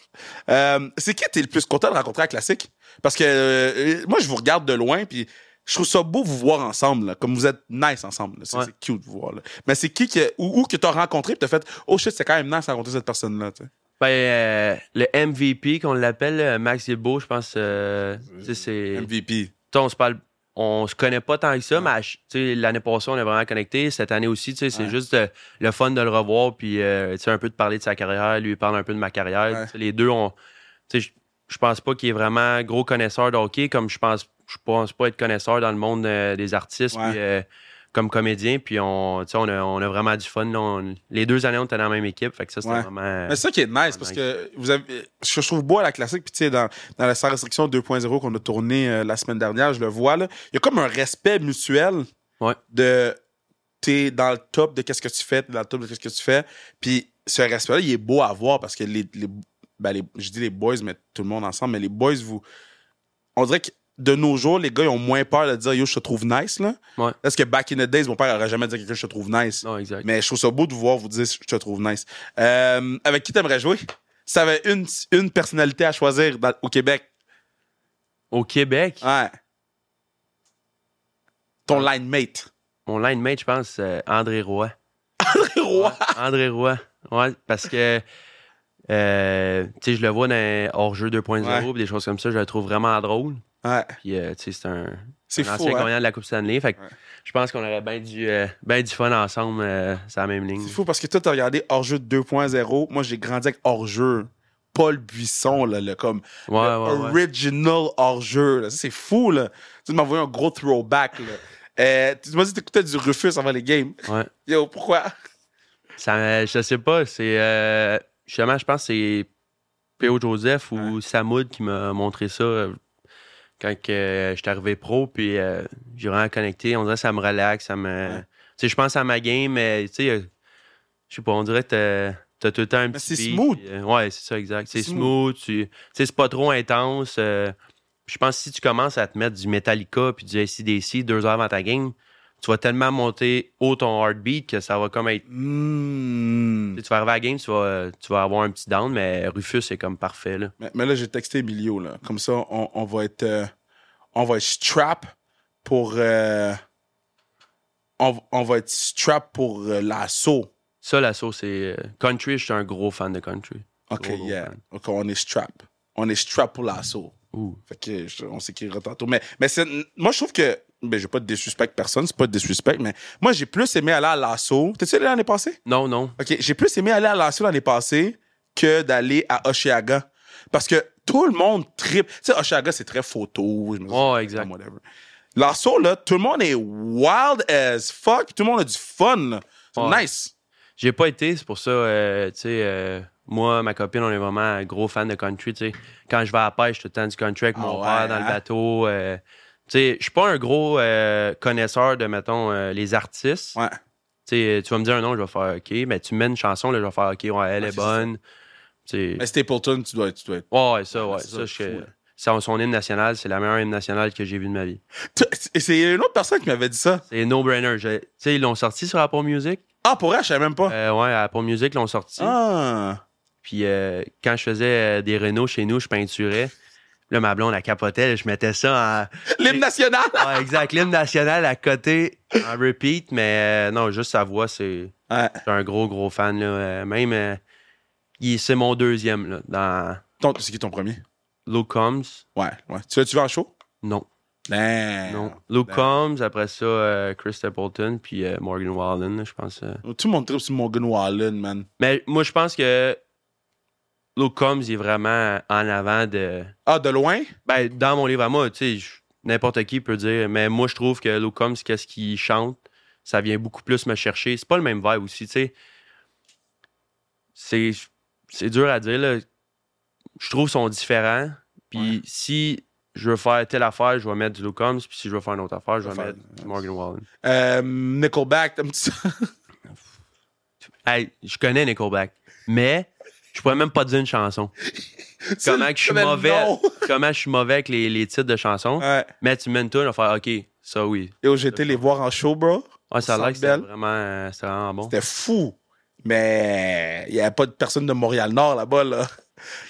Euh, c'est qui t'es le plus content de rencontrer à la classique? Parce que euh, moi, je vous regarde de loin, puis je trouve ça beau vous voir ensemble, là, comme vous êtes nice ensemble. là. C'est
Ouais.
c'est cute de vous voir. Là. Mais c'est qui que, ou, ou que t'as rencontré, puis t'as fait, oh shit, c'est quand même nice de rencontrer cette personne-là. tu sais.
Ben, euh, le MVP qu'on l'appelle, euh, Max Gilbo, je pense, euh, tu sais, c'est...
MVP.
Tu sais, on se parle... On se connaît pas tant que ça, mais à ch- tu sais, l'année passée, on est vraiment connectés. Cette année aussi, tu sais, c'est
Ouais.
juste euh, le fun de le revoir, puis euh, tu sais, un peu de parler de sa carrière, lui il parle un peu de ma carrière.
Ouais.
Tu sais, Les deux, on, tu sais, je je pense pas qu'il est vraiment gros connaisseur de hockey, comme je pense, je pense pas être connaisseur dans le monde euh, des artistes,
Ouais.
puis, euh, comme comédien. Puis on, tu sais, on, a, on a vraiment du fun. là. On- les deux années, on était dans la même équipe, fait que ça, c'était
Ouais.
vraiment...
Mais c'est ça qui est nice parce que vous avez, ce que je trouve beau à la classique, puis tu sais, dans, dans la sans restriction 2.0 qu'on a tourné euh, la semaine dernière, je le vois, là, il y a comme un respect mutuel
Ouais.
de t'es dans le top de qu'est-ce que tu fais, t'es dans le top de qu'est-ce que tu fais. Puis ce respect-là, il est beau à voir parce que les, les- ben, les- je dis les boys, mais tout le monde ensemble, mais les boys, vous, on dirait que de nos jours, les gars, ils ont moins peur de dire yo, je te trouve nice, là.
Ouais.
Parce que back in the days, mon père aurait jamais dit à quelqu'un je te trouve nice.
Non, exact.
Mais je trouve ça beau de vous voir vous dire je te trouve nice. Euh, avec qui t'aimerais jouer? si t'avais une, une personnalité à choisir dans- au Québec,
Au Québec,
ouais. Ton line mate.
mon line mate, je pense, euh, André Roy.
Roi.
André Roy. Ouais, parce que, euh, tu sais, je le vois dans Hors-jeu 2.0
Ouais.
pis des choses comme ça, je le trouve vraiment drôle.
Ouais.
Puis, euh, tu sais, c'est un,
C'est
un
fou.
ancien
hein?
gagnant de la Coupe Stanley. Fait que
Ouais.
je pense qu'on aurait bien du, euh, ben du fun ensemble, euh, sur la même ligne.
C'est fou parce que toi, t'as regardé Hors-jeu 2.0. Moi, j'ai grandi avec Hors-jeu. Paul Buisson, là, le, comme
Ouais,
le
ouais, ouais.
original Hors-jeu. là. Ça, C'est fou, là. Tu m'as envoyé un gros throwback, là. Euh, tu m'as dit que t'écoutais du Rufus avant les games.
Ouais.
Yo, pourquoi?
Ça, euh, je sais pas, c'est. euh, justement, je pense que c'est P.O. Joseph ou Samoud qui m'a montré ça euh, quand que, euh, j'étais arrivé pro, puis euh, j'ai vraiment connecté. On dirait que ça me relaxe, ça me.
Ouais.
Tu sais, je pense à ma game, mais tu sais, euh, je sais pas, on dirait que t'as- t'as tout le temps un petit.
Ben, c'est
beat,
smooth.
puis, euh, ouais, c'est ça, exact. C'est
C'est
smooth, tu tu sais, c'est pas trop intense. euh, puis je pense que si tu commences à te mettre du Metallica puis du ACDC deux heures avant ta game, tu vas tellement monter haut ton heartbeat que ça va comme être
Hmm.
tu sais, tu vas arriver à la game, tu vas, euh, tu vas avoir un petit down, mais Rufus est comme parfait. Là.
Mais, mais là, j'ai texté Emilio, là. Comme ça, on, on va être... euh, on va être strap pour... euh, on, on va être strap pour euh, l'assaut.
Ça, la sauce, c'est. euh, Country, je suis un gros fan de country.
OK,
Gros, gros
yeah.
fan.
OK, on est strap. On est strap pour l'assaut.
Ouh.
Fait que je- on s'écrira tantôt. Mais, mais c'est- moi, je trouve que. Ben, je vais pas te désuspect personne, c'est pas de désuspect, mais moi, j'ai plus aimé aller à l'assaut. T'es-tu allé l'année passée?
Non, non.
OK, j'ai plus aimé aller à l'assaut l'année passée que d'aller à Oshiaga. Parce que tout le monde tripe. Tu sais, Oshiaga, c'est très photo. Je me
Oh, exact.
Whatever. L'assaut, là, tout le monde est wild as fuck, puis tout le monde a du fun. là. C'est
Ouais.
nice.
J'ai pas été, c'est pour ça, euh, tu sais, euh, moi, ma copine, on est vraiment un gros fan de country. tu sais. Quand je vais à la pêche, je suis tout le temps du country avec
Ah
mon
ouais,
père dans
hein?
le bateau. euh, tu sais, je suis pas un gros euh, connaisseur de, mettons, euh, les artistes.
Ouais.
Tu sais, tu vas me dire un nom, je vais faire OK. Mais tu me mets une chanson, là, je vais faire OK, ouais, elle
Ouais,
est
c'est ça.
bonne. Tu sais,
Mais Stapleton, tu dois être. Tu dois être...
Ouais, ouais, ça, ouais.
Ouais, Ah, c'est ça,
Ça,
c'est
je-
fou, là.
son, son hymne national, c'est la meilleure hymne nationale que j'ai vue de ma vie.
Et c'est une autre personne qui m'avait dit ça.
C'est no-brainer. Je- Tu sais, ils l'ont sorti sur Apple Music.
Ah, pour elle, je savais même pas.
Euh, ouais, Apple Music ils l'ont sorti.
ah.
Puis euh, quand je faisais euh, des rénaux chez nous, je peinturais. Là, ma blonde, elle capotait. Je mettais ça
L'hymne national.
en. Ouais, exact. L'hymne national à côté, en repeat. Mais euh, non, juste sa voix, c'est.
Ouais.
Je suis un gros, gros fan. Là. Euh, Même. euh, il- c'est mon deuxième, là, dans
Ton- c'est qui ton premier?
Luke Combs.
Ouais, ouais. Tu vas tu vas en show?
Non.
Ben.
Non. Luke
ben.
Combs, après ça, euh, Chris Stapleton, puis euh, Morgan Wallen, là, je pense. euh.
Tout le monde trip sur Morgan Wallen, man.
Mais moi, je pense que Luke Combs il est vraiment en avant de.
Ah, de loin?
Ben, dans mon livre à moi, tu sais, je- n'importe qui peut dire, mais moi, je trouve que Luke Combs, qu'est-ce qu'il chante, ça vient beaucoup plus me chercher. C'est pas le même vibe aussi, tu sais. C'est, c'est dur à dire, là. Je trouve qu'ils sont différents. Puis
Ouais.
si je veux faire telle affaire, je vais mettre du Luke Combs, puis si je veux faire une autre affaire, je vais
Faire-
mettre du Morgan Wallen.
Euh, Nickelback, t'aimes-tu ça?
Hey, je connais Nickelback, mais je pourrais même pas te dire une chanson. Comment que je suis
Mais
mauvais.
non.
Comment je suis mauvais avec les, les titres de chansons.
Ouais.
Mais tu mènes tout, on va faire OK, ça oui.
Et où j'étais les voir en show, bro.
Ah, ça a l'air que c'était
Centre Bell.
vraiment, euh, c'était vraiment bon.
C'était fou. Mais il n'y avait pas de personne de Montréal-Nord là-bas, là.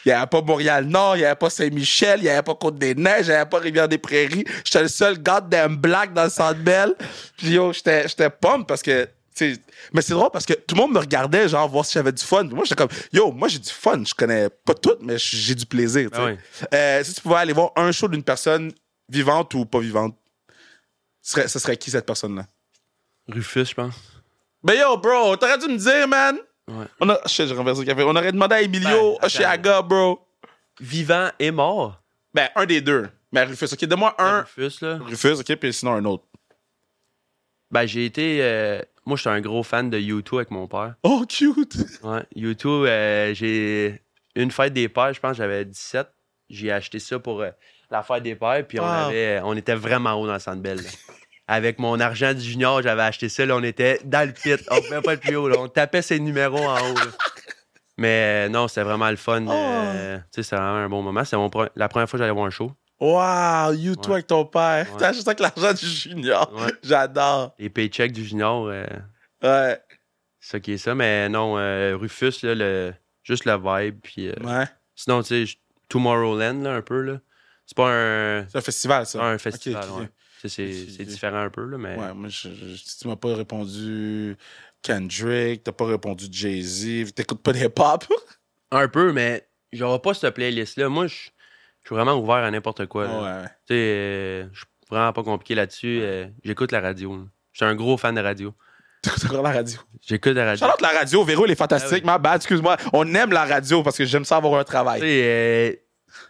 Il n'y avait pas Montréal-Nord, il n'y avait pas Saint-Michel, il n'y avait pas Côte-des-Neiges, il n'y avait pas Rivière-des-Prairies. J'étais le seul goddamn black dans le Centre Bell. Puis yo, j'étais j'étais pomme parce que... tu sais, Mais c'est drôle parce que tout le monde me regardait, genre, voir si j'avais du fun. Puis moi, j'étais comme, yo, moi, j'ai du fun. Je connais pas tout, mais j'ai du plaisir. tu sais.
Ah ouais.
Euh, si tu pouvais aller voir un show d'une personne vivante ou pas vivante, ce serait, ce serait qui cette personne-là?
Rufus, je pense.
Ben yo, bro, t'aurais dû me dire, man!
Ouais.
On a... Shit, j'ai renversé le café. On aurait demandé à Emilio,
Ben, attends.
Oshiaga, bro.
Vivant et mort.
Ben, un des deux. Mais Rufus, OK, donne-moi un
Rufus, là.
Rufus, OK, puis sinon un autre.
Ben, j'ai été. euh, moi, j'étais un gros fan de U2 avec mon père.
Oh, cute!
Ouais. U2, euh, j'ai. Une fête des pères, je pense, j'avais 17. J'ai acheté ça pour euh, la fête des pères, puis on,
Wow.
avait, on était vraiment haut dans le centre belle. Avec mon argent du junior, j'avais acheté ça, là, on était dans le pit. On pouvait pas être plus haut, là. On tapait ses numéros en haut, là. Mais euh, non, c'était vraiment le fun. euh, tu sais, c'était vraiment un bon moment. C'était mon pre- la première fois que j'allais voir un show.
Wow, you two
Ouais.
avec ton père.
Ouais.
T'as acheté ça avec l'argent du junior.
Ouais.
J'adore.
Les paychecks du junior, euh,
Ouais.
c'est ça qui est ça. Mais non, euh, Rufus, là, le, Juste le vibe. Puis, euh,
Ouais.
Sinon, tu sais, je- Tomorrowland, là, un peu. là. C'est pas un,
C'est un festival, ça.
un festival.
Ok, ok.
ouais. Tu sais, C'est
Ok,
c'est
ok.
différent un peu, là, mais
Ouais, moi, je, je- je- tu m'as pas répondu Kendrick, t'as pas répondu Jay-Z, t'écoutes pas des pop.
un peu, mais j'aurai pas cette playlist-là. Moi, je je suis vraiment ouvert à n'importe quoi. là.
ouais.
Tu sais, euh, je suis vraiment pas compliqué là-dessus. euh, J'écoute la radio. là. Je suis un gros fan de radio.
T'écoutes encore la radio.
J'écoute la radio.
Charlotte, la radio, Véro, elle est
Ah
fantastique. Ma bad, excuse-moi. On aime la radio parce que j'aime ça avoir un
Tu
travail.
sais, euh,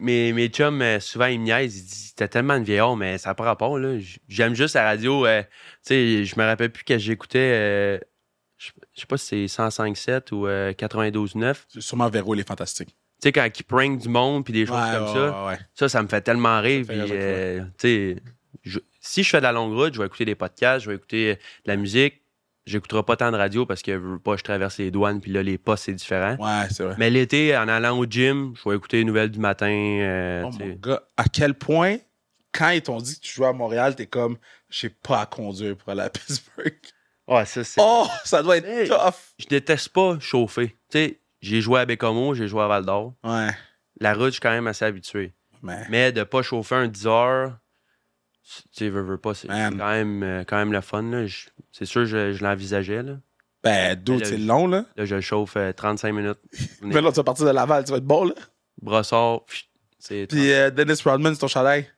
mes, mes chums, euh, souvent, ils me niaisent. Ils disent T'as tellement de vieillard, mais ça n'a pas rapport. là. J- J'aime juste la radio. euh, tu sais, je me rappelle plus quand j'écoutais. euh, je je sais pas si c'est 105.7 ou euh, 92.9. Tu
C'est Sûrement Véro, elle est fantastique.
sais, quand ils prank du monde puis des choses
Ouais,
comme
ouais,
ça.
ouais, ouais.
Ça, ça me fait tellement rire.
Ça fait rire
puis,
à chaque
euh, tu sais, je- si je fais de la longue route, je vais écouter des podcasts, je vais écouter euh, de la musique. J'écouterai pas tant de radio parce que je veux pas, je traverse les douanes, puis là, les postes, c'est différent.
Ouais, c'est vrai.
Mais l'été, en allant au gym, je vais écouter les nouvelles du matin. euh,
Oh
tu
mon
sais.
gars, à quel point, quand ils t'ont dit que tu jouais à Montréal, t'es comme, j'ai pas à conduire pour aller à Pittsburgh.
Ouais, ça, c'est-
Oh, ça doit être
Hey.
tough.
Je déteste pas chauffer. Tu sais, j'ai joué à Bécomo, j'ai joué à Val d'Or.
Ouais.
La route, je suis quand même assez habitué.
Mais,
Mais de pas chauffer un 10 heures, tu sais, veux, veux pas, c'est c'est
Man.
quand même, euh, quand même le fun. là. Je- C'est sûr, je, je l'envisageais. Là.
ben, dude,
Le-
c'est long, là.
Là, je le chauffe euh, 35 minutes.
Mais là, tu vas partir de Laval, tu vas être bon, là.
Brossard, pff, c'est.
Puis euh, Dennis Rodman, c'est ton chandail.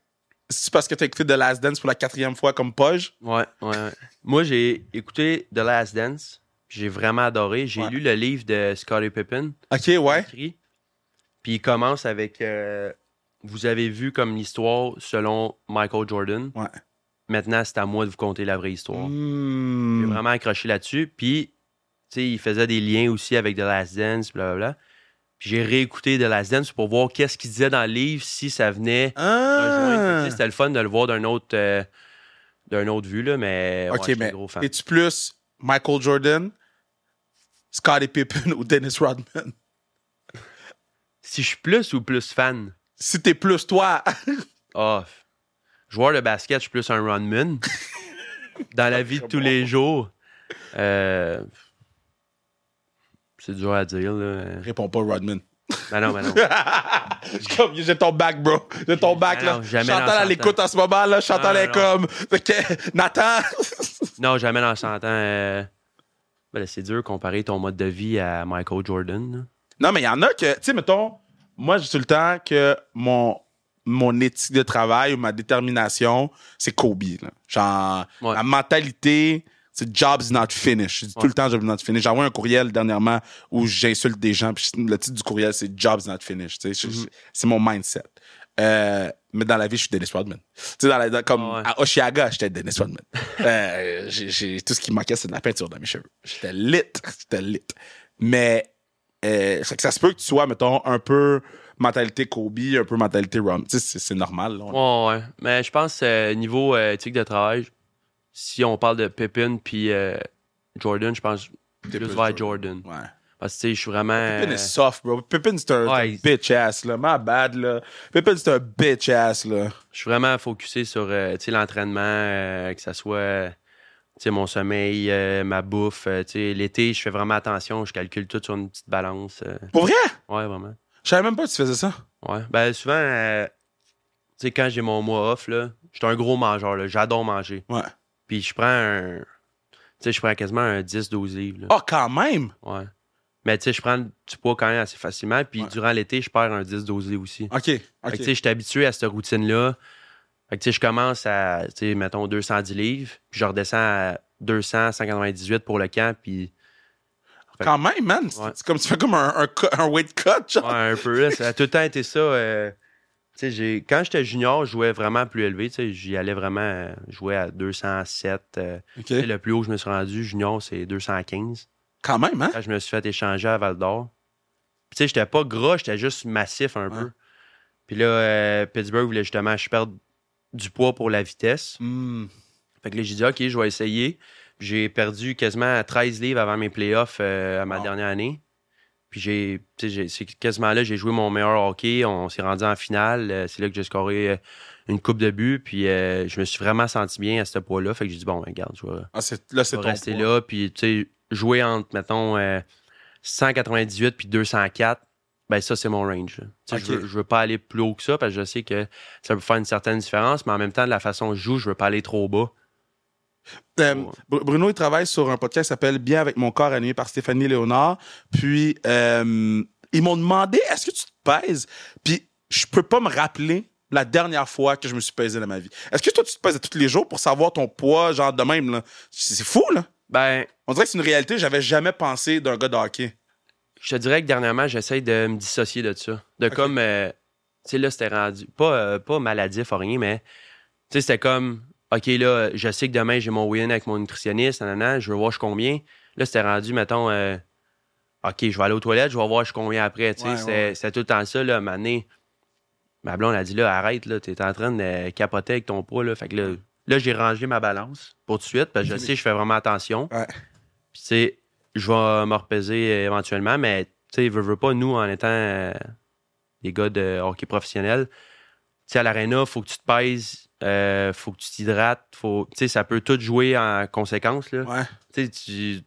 C'est parce que t'as écouté The Last Dance pour la quatrième fois comme Poge.
Ouais, ouais, ouais. Moi, j'ai écouté The Last Dance. puis J'ai vraiment adoré. J'ai
Ouais.
lu le livre de Scottie Pippen,
Ok, ouais.
écrit. Puis il commence avec euh, Vous avez vu comme l'histoire selon Michael Jordan.
Ouais.
Maintenant, c'est à moi de vous conter la vraie histoire.
Hmm.
J'ai vraiment accroché là-dessus. Puis, tu sais, il faisait des liens aussi avec The Last Dance, blablabla. Puis j'ai réécouté The Last Dance pour voir qu'est-ce qu'il disait dans le livre, si ça venait rejoindre. Fait que,
Ah.
tu sais, C'était le fun de le voir d'un autre, euh, d'un autre vue, là, mais ouais,
ok,
je suis un
mais
gros fan.
es-tu plus Michael Jordan, Scottie Pippen ou Dennis Rodman?
Si je suis plus ou plus fan,
Si t'es plus toi,
oh, f- joueur de basket, je suis plus un runman. dans la vie de tous les jours, euh, c'est dur à dire. Là.
réponds pas Rodman.
Ben non, ben non.
Comme, J'ai ton back, bro. J'ai ton back,
Ah
là.
non, jamais dans
Chantal,
cent
à l'écoute
ans.
en ce moment, là. Chantal
Ah,
est
non.
comme. Fait que, Nathan.
Non, jamais dans 100 ans. euh, ben là, c'est dur de comparer ton mode de vie à Michael Jordan. là.
Non, mais il y en a que, tu sais, mettons, moi, j'ai tout le temps que mon, mon éthique de travail ou ma détermination, c'est Kobe. là. Genre,
Ouais.
la mentalité, c'est job's not finished. Je dis tout
Ouais.
le temps job's not finished. J'ai envoyé un courriel dernièrement où j'insulte des gens, puis le titre du courriel, c'est job's not finished. Tu
Mhm.
sais, je- je- C'est mon mindset. Euh, mais dans la vie, je suis Dennis Rodman. Tu sais, dans la- dans- comme
Ouais.
à Oshiaga, j'étais Dennis Rodman. Euh, j'ai- j'ai- tout ce qui me manquait, c'est de la peinture dans mes cheveux. J'étais lit. J'étais lit. Mais euh, fait que ça se peut que tu sois, mettons, un peu mentalité Kobe, un peu mentalité Rum. Tu sais, c'est- c'est normal. là. On-
Ouais, ouais. Mais je pense, euh, niveau euh, éthique de travail, si on parle de Pippen puis euh, Jordan, je pense plus
T'es
vers
plus
Jordan.
Ouais.
Parce que, tu sais, je suis vraiment...
Pippen
euh,
est soft, bro. Pippen, c'est un,
Ouais,
c'est un bitch ass, là. My bad, là. Pippen, c'est un bitch ass, là.
je suis vraiment focusé sur euh, tu sais, l'entraînement, euh, que ça soit euh, tu sais, mon sommeil, euh, ma bouffe. euh, tu sais, L'été, je fais vraiment attention, je calcule tout sur une petite balance. euh,
Pour vrai?
ouais, vraiment.
Je savais même pas que tu faisais ça.
Ouais. Ben, souvent, euh, tu sais, quand j'ai mon mois off, là, je suis un gros mangeur, là, j'adore manger.
Ouais.
Puis je prends un... Tu sais, je prends quasiment un 10-12 livres. là.
Oh, quand même!
Ouais. Mais tu sais, je prends du poids quand même assez facilement. Puis
Ouais.
durant l'été, je perds un 10-12 livres aussi.
OK.
Fait
OK.
que, tu sais, je suis habitué à cette routine-là. Fait que, tu sais, je commence à, tu sais, mettons, 210 livres, puis je redescends à 200, 198 pour le camp, puis
Quand même, man. C'est-
Ouais.
C'est comme tu fais comme un, un, cu- un weight cut, genre.
ouais, un peu. là, ça a tout le temps été ça. euh, tu sais, j'ai- quand j'étais junior, je jouais vraiment plus élevé. tu sais, J'y allais vraiment euh, jouer à 207. euh,
OK.
tu sais, Le plus haut que je me suis rendu junior, c'est 215.
Quand même, hein?
quand je me suis fait échanger à Val d'Or. Puis, tu sais, j'étais pas gras, j'étais juste massif un
Ouais.
peu. Puis là, euh, Pittsburgh voulait justement que je perde du poids pour la vitesse.
Hmm.
Fait que là, j'ai dit, OK, je vais essayer. Puis j'ai perdu quasiment 13 livres avant mes playoffs euh, à ma
Wow.
dernière année. Puis j'ai, tu sais, j'ai- c'est quasiment là, j'ai joué mon meilleur hockey. On s'est rendu en finale. Euh, C'est là que j'ai scoré euh, une coupe de but. Puis euh, je me suis vraiment senti bien à ce poids-là. Fait que j'ai dit, bon, ben, regarde, je vais,
Ah, c'est- là,
je
c'est
vais
ton
rester
poids.
là. Puis, tu sais, jouer entre, mettons, euh, 198 puis 204, ben ça, c'est mon range. là. Tu sais,
Ok.
Je, veux, je veux pas aller plus haut que ça parce que je sais que ça peut faire une certaine différence, mais en même temps, de la façon que je joue, je veux pas aller trop bas.
Euh,
Ouais.
Br- Bruno, il travaille sur un podcast qui s'appelle Bien avec mon corps, animé par Stéphanie Léonard. Puis, euh, ils m'ont demandé est-ce que tu te pèses Puis, je peux pas me rappeler la dernière fois que je me suis pesé dans ma vie. Est-ce que toi, tu te pèses à tous les jours pour savoir ton poids, genre de même là? C'est c'est fou, là.
Ben,
On dirait que c'est une réalité, j'avais jamais pensé d'un gars de hockey.
je te dirais que dernièrement, j'essaye de me dissocier de ça. De comme, euh, tu sais, là, c'était rendu, pas, euh, pas maladif ou rien, mais, tu sais, c'était comme, OK, là, je sais que demain, j'ai mon win avec mon nutritionniste, nanana, je veux voir je suis combien. Là, c'était rendu, mettons, euh, OK, je vais aller aux toilettes, je vais voir je suis combien après, tu sais,
Ouais,
c'était
ouais.
c'était tout le temps ça, là, mané. Ma blonde a dit, là, arrête, là, t'es en train de capoter avec ton poids, là. Fait que là, là j'ai rangé ma balance pour tout de suite, parce que je sais, je fais vraiment attention.
Ouais.
Puis, tu sais, je vais me repaiser éventuellement, mais tu sais, veux, veux pas, nous, en étant euh, des gars de hockey professionnel, tu sais, à l'aréna, faut que tu te pèses, euh, faut que tu t'hydrates, faut, tu sais, ça peut tout jouer en conséquence, là.
Ouais.
Tu sais, tu,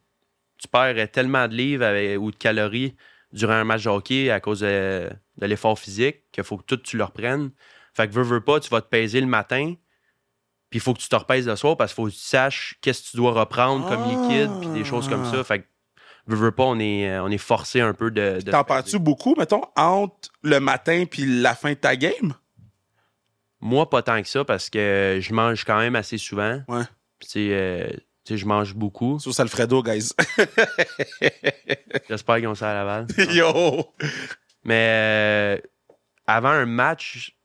tu perds tellement de livres avec- ou de calories durant un match de hockey à cause de, de l'effort physique qu'il faut que tout tu le reprennes. Fait que veux, veux pas, tu vas te peser le matin, puis il faut que tu te repèses le soir parce qu'il faut que tu saches qu'est-ce que tu dois reprendre comme
Ah.
liquide, puis des choses comme ça. Fait que veux, veux pas, on est, euh, on est forcé un peu de. de
T'en
se peser.
parles-tu beaucoup, mettons, entre le matin puis la fin de ta game?
Moi, pas tant que ça parce que je mange quand même assez souvent.
Ouais.
Puis, tu sais, euh, tu sais, je mange beaucoup.
Sauce Alfredo, guys.
J'espère qu'ils ont ça à Laval.
Yo!
Mais euh, avant un match,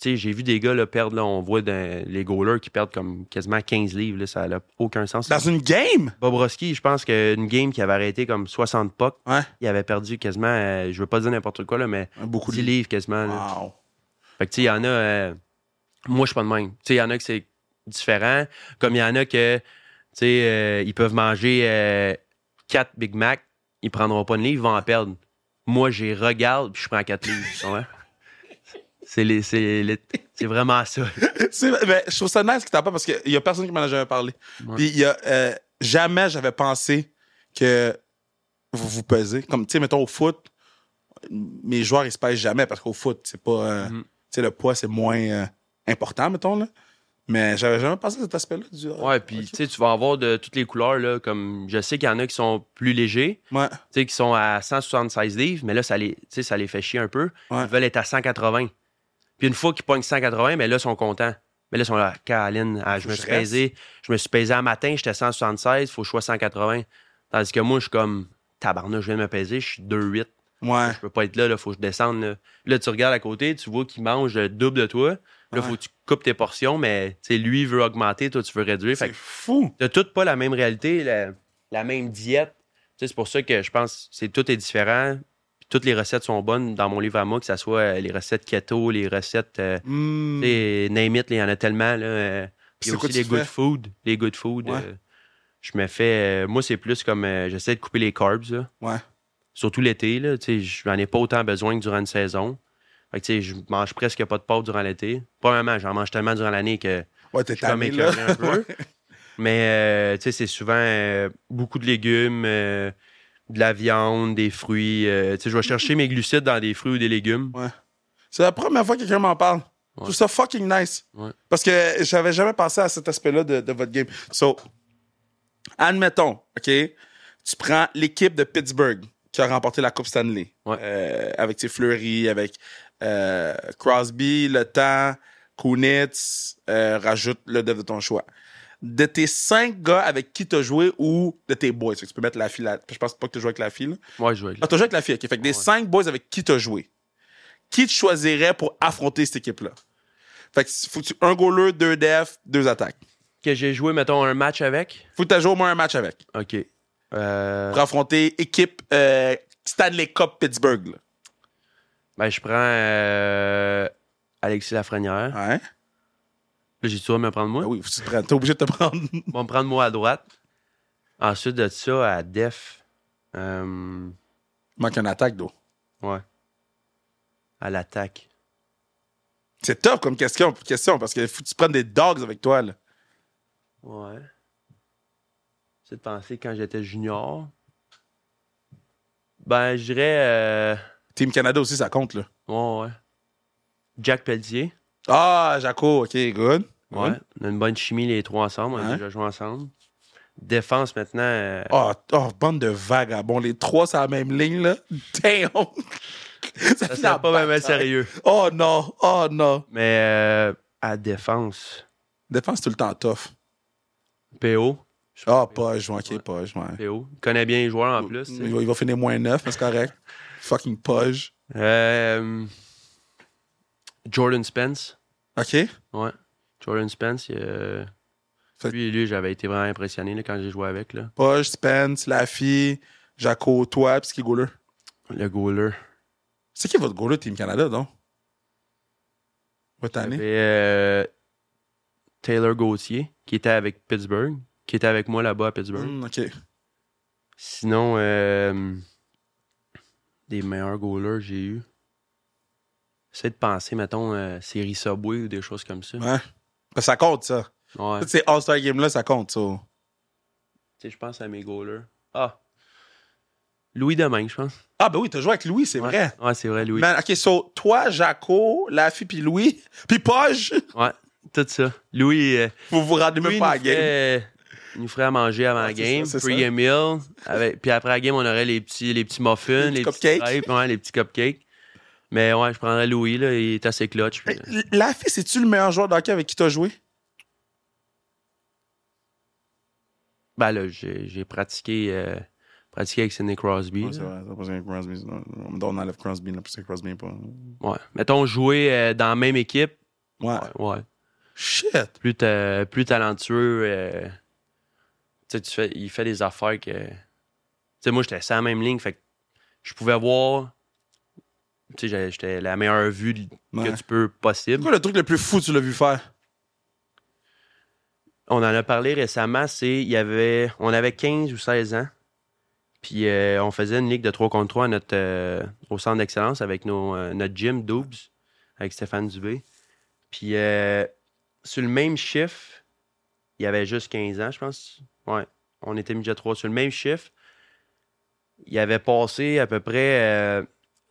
tu sais, j'ai vu des gars là, perdre. Là, on voit dans- les goalers qui perdent comme quasiment 15 livres. là, ça n'a aucun sens.
Dans une game?
Bobrovski, je pense qu'une game qui avait arrêté comme 60 pucks,
Ouais.
il avait perdu quasiment, euh, je veux pas dire n'importe quoi, là, mais
Beaucoup
10
de Ah.
livres quasiment. là.
Wow.
Fait que tu sais, il y en a. euh, moi, je suis pas de même. Tu sais, il y en a que c'est différent. Comme il y en a que, tu sais, euh, ils peuvent manger 4 Big Mac, ils prendront pas de livre, ils vont en perdre. Moi, j'ai regarde, puis je prends 4 livres. tu comprends? C'est les- c'est les- c'est vraiment ça.
C'est- ben, je trouve ça nice que t'en parles parce qu'il y a personne qui m'en a jamais parlé.
Ouais.
Puis il y a euh, jamais j'avais pensé que vous vous pesez. Comme tu sais, mettons au foot, mes joueurs ils se pèsent jamais parce qu'au foot c'est pas, euh,
Mhm.
tu sais le poids c'est moins euh, important mettons là. Mais j'avais jamais pensé à cet aspect-là. Du...
Ouais, puis
Ok.
tu sais, tu vas en voir de toutes les couleurs, là. Comme je sais qu'il y en a qui sont plus légers,
Ouais.
tu sais, qui sont à 176 livres, mais là, ça les, tu sais, ça les fait chier un peu.
Ouais.
Ils veulent être à 180. Puis une fois qu'ils pognent 180, mais là, ils sont contents. Mais là, ils sont là, Caroline, ah, je
Faut
me
que
suis
je reste.
pesé. Je me suis pesé un matin, j'étais à 176, faut que je sois 180. Tandis que moi, je suis comme, tabarnak, je viens de me peser, je suis 2,8.
Ouais.
Je peux pas être là, là, faut que je descende. Là, Là, tu regardes à côté, tu vois qu'il mange le double de toi. Là,
Ouais.
faut que tu coupes tes portions, mais tu sais, lui, il veut augmenter, toi, tu veux réduire. Fait
C'est
que
fou.
t'as toutes pas la même réalité, la, la même diète. Tu sais, c'est pour ça que je pense que c'est- tout est différent. Puis toutes les recettes sont bonnes dans mon livre à moi, que ce soit euh, les recettes keto, les recettes. euh,
Hmm.
tu sais, name it, là, il y en a tellement. Là, euh,
Puis
il y
c'est
a
quoi
aussi
tu
les good
fais?
food. Les good food.
Ouais.
euh, je me fais. euh, moi, c'est plus comme. euh, J'essaie de couper les carbs. là.
Ouais.
Surtout l'été. là, tu sais, Je n'en ai pas autant besoin que durant une saison. Fait que, tu sais, je mange presque pas de pâtes durant l'été. Premièrement, j'en mange tellement durant l'année que
Ouais, t'es
je suis comme
tanné là.
écœuré un peu. Mais euh, tu sais, c'est souvent euh, beaucoup de légumes, euh, de la viande, des fruits. euh, tu sais, je vais chercher mes glucides dans des fruits ou des légumes.
C'est la première fois que quelqu'un m'en parle. Je
Ouais.
trouve ça fucking nice.
Ouais.
Parce que j'avais jamais pensé à cet aspect-là de, de votre game. So, admettons, OK, tu prends l'équipe de Pittsburgh qui a remporté la Coupe Stanley.
Ouais.
Euh, avec tes Fleury, avec euh, Crosby, Le Temps, Kunitz, euh, rajoute le dev de ton choix. De tes cinq gars avec qui tu as joué ou de tes boys, fait que tu peux mettre la fille là. Je pense pas que tu joues avec la fille. là.
Ouais, je vais.
Ah, t'as joué avec la fille, ok. Fait que des
Ouais.
cinq boys avec qui t'as joué, qui tu choisirais pour affronter cette équipe-là? Fait que faut que tu un goaler, deux def, deux attaques.
Que j'ai joué, mettons, un match avec.
Faut que t'as joué au moins un match avec.
OK. Euh,
Pour affronter équipe euh, Stanley Cup Pittsburgh. là.
ben, je prends euh, Alexis Lafrenière. Là,
Hein?
j'ai toujours me prendre moi.
Ben oui, faut que tu te prennes. T'es obligé de te prendre.
Ils vont me prendre moi à droite. Ensuite de ça, à def. euh,
Manque une attaque, d'eau.
ouais. À l'attaque.
C'est top comme question, question parce que faut que tu prennes des dogs avec toi. Là.
Ouais. C'est de penser quand j'étais junior. Ben, je dirais. euh,
Team Canada aussi, ça compte, là.
ouais, ouais. Jack Pelletier.
Ah, Jaco, OK, good.
Ouais.
Good.
On a une bonne chimie, les trois ensemble. On a
Ouais.
déjà joué ensemble. Défense maintenant. euh,
Oh, oh, bande de vagabonds. Les trois sur la même ligne, là. Damn!
ça
fait
serait
la
pas même
bataille.
sérieux.
Oh non, oh non.
Mais euh, à défense,
Défense tout le temps tough.
PO.
Ah, oh, Poge, ouais,
Ouais.
OK, Poge, ouais.
PO. Il connaît bien les joueurs en plus. tu sais.
Il va, il va finir moins neuf, mais c'est correct. Fucking Poge.
Euh, Jordan Spence.
OK?
Ouais. Jordan Spence, euh,
Fait-
lui, lui j'avais été vraiment impressionné là, quand j'ai joué avec. Là.
Poge, Spence, Laffy, Jaco, toi, pis c'est qui goaler?
Le goaler.
C'est qui votre goaler Team Canada, donc? Votre année?
Et, euh, Taylor Gauthier, qui était avec Pittsburgh, qui était avec moi là-bas à Pittsburgh.
Hmm, OK.
Sinon, euh, des meilleurs goalers que j'ai eu. J'essaie de penser, mettons, euh, série Subway ou des choses comme ça.
Ouais. Ben, ça compte, ça.
Ouais.
Toutes ces All-Star Games-là, ça compte, ça.
Tu sais, je pense à mes goalers. Ah! Louis Domingue, je pense.
Ah, ben oui, t'as joué avec Louis, c'est
Ouais.
vrai.
Ouais, c'est vrai, Louis.
Man, OK, so, toi, Jaco, Laffy, puis Louis, puis Poge,
Ouais, tout ça. Louis, euh,
vous vous rendez
Louis
même pas à la
nous
game.
ferait- il nous ferait à manger avant
Ouais,
la
c'est
game,
ça, c'est
free
ça.
meal. avec- puis après la game, on aurait les petits, les petits muffins,
Les
les,
petits cupcakes.
petits crêpes, ouais, les petits cupcakes. Mais ouais, je prendrais Louis, là, il est assez clutch. puis, euh,
Hey, Laffy, c'est-tu le meilleur joueur de hockey avec qui t'as joué?
Ben là, j'ai j'ai pratiqué, euh, pratiqué avec Sidney Crosby.
Ouais, c'est
là.
vrai, c'est parce que Crosby, c'est- on me donne enlève Crosby, là, parce que Crosby est pas. Ouais.
ouais. Mettons, jouer euh, dans la même équipe. Ouais.
Shit!
Plus, ta- plus talentueux. euh, tu sais, tu fais, il fait des affaires que. Tu sais, moi, j'étais sur la même ligne. Fait que je pouvais voir. Tu sais, j'avais- j'étais la meilleure vue de-
Ouais.
que tu peux
C'est
possible.
quoi le truc le plus fou que tu l'as vu faire?
On en a parlé récemment, c'est il y avait on avait 15 ou 16 ans. Puis euh, on faisait une ligue de 3 contre 3 à notre, euh, au centre d'excellence avec nos, euh, notre gym Doobs, avec Stéphane Dubé. Puis euh, sur le même chiffre, il y avait juste 15 ans, je pense. Ouais, on était midget 3. Sur le même chiffre, il avait passé à peu près euh,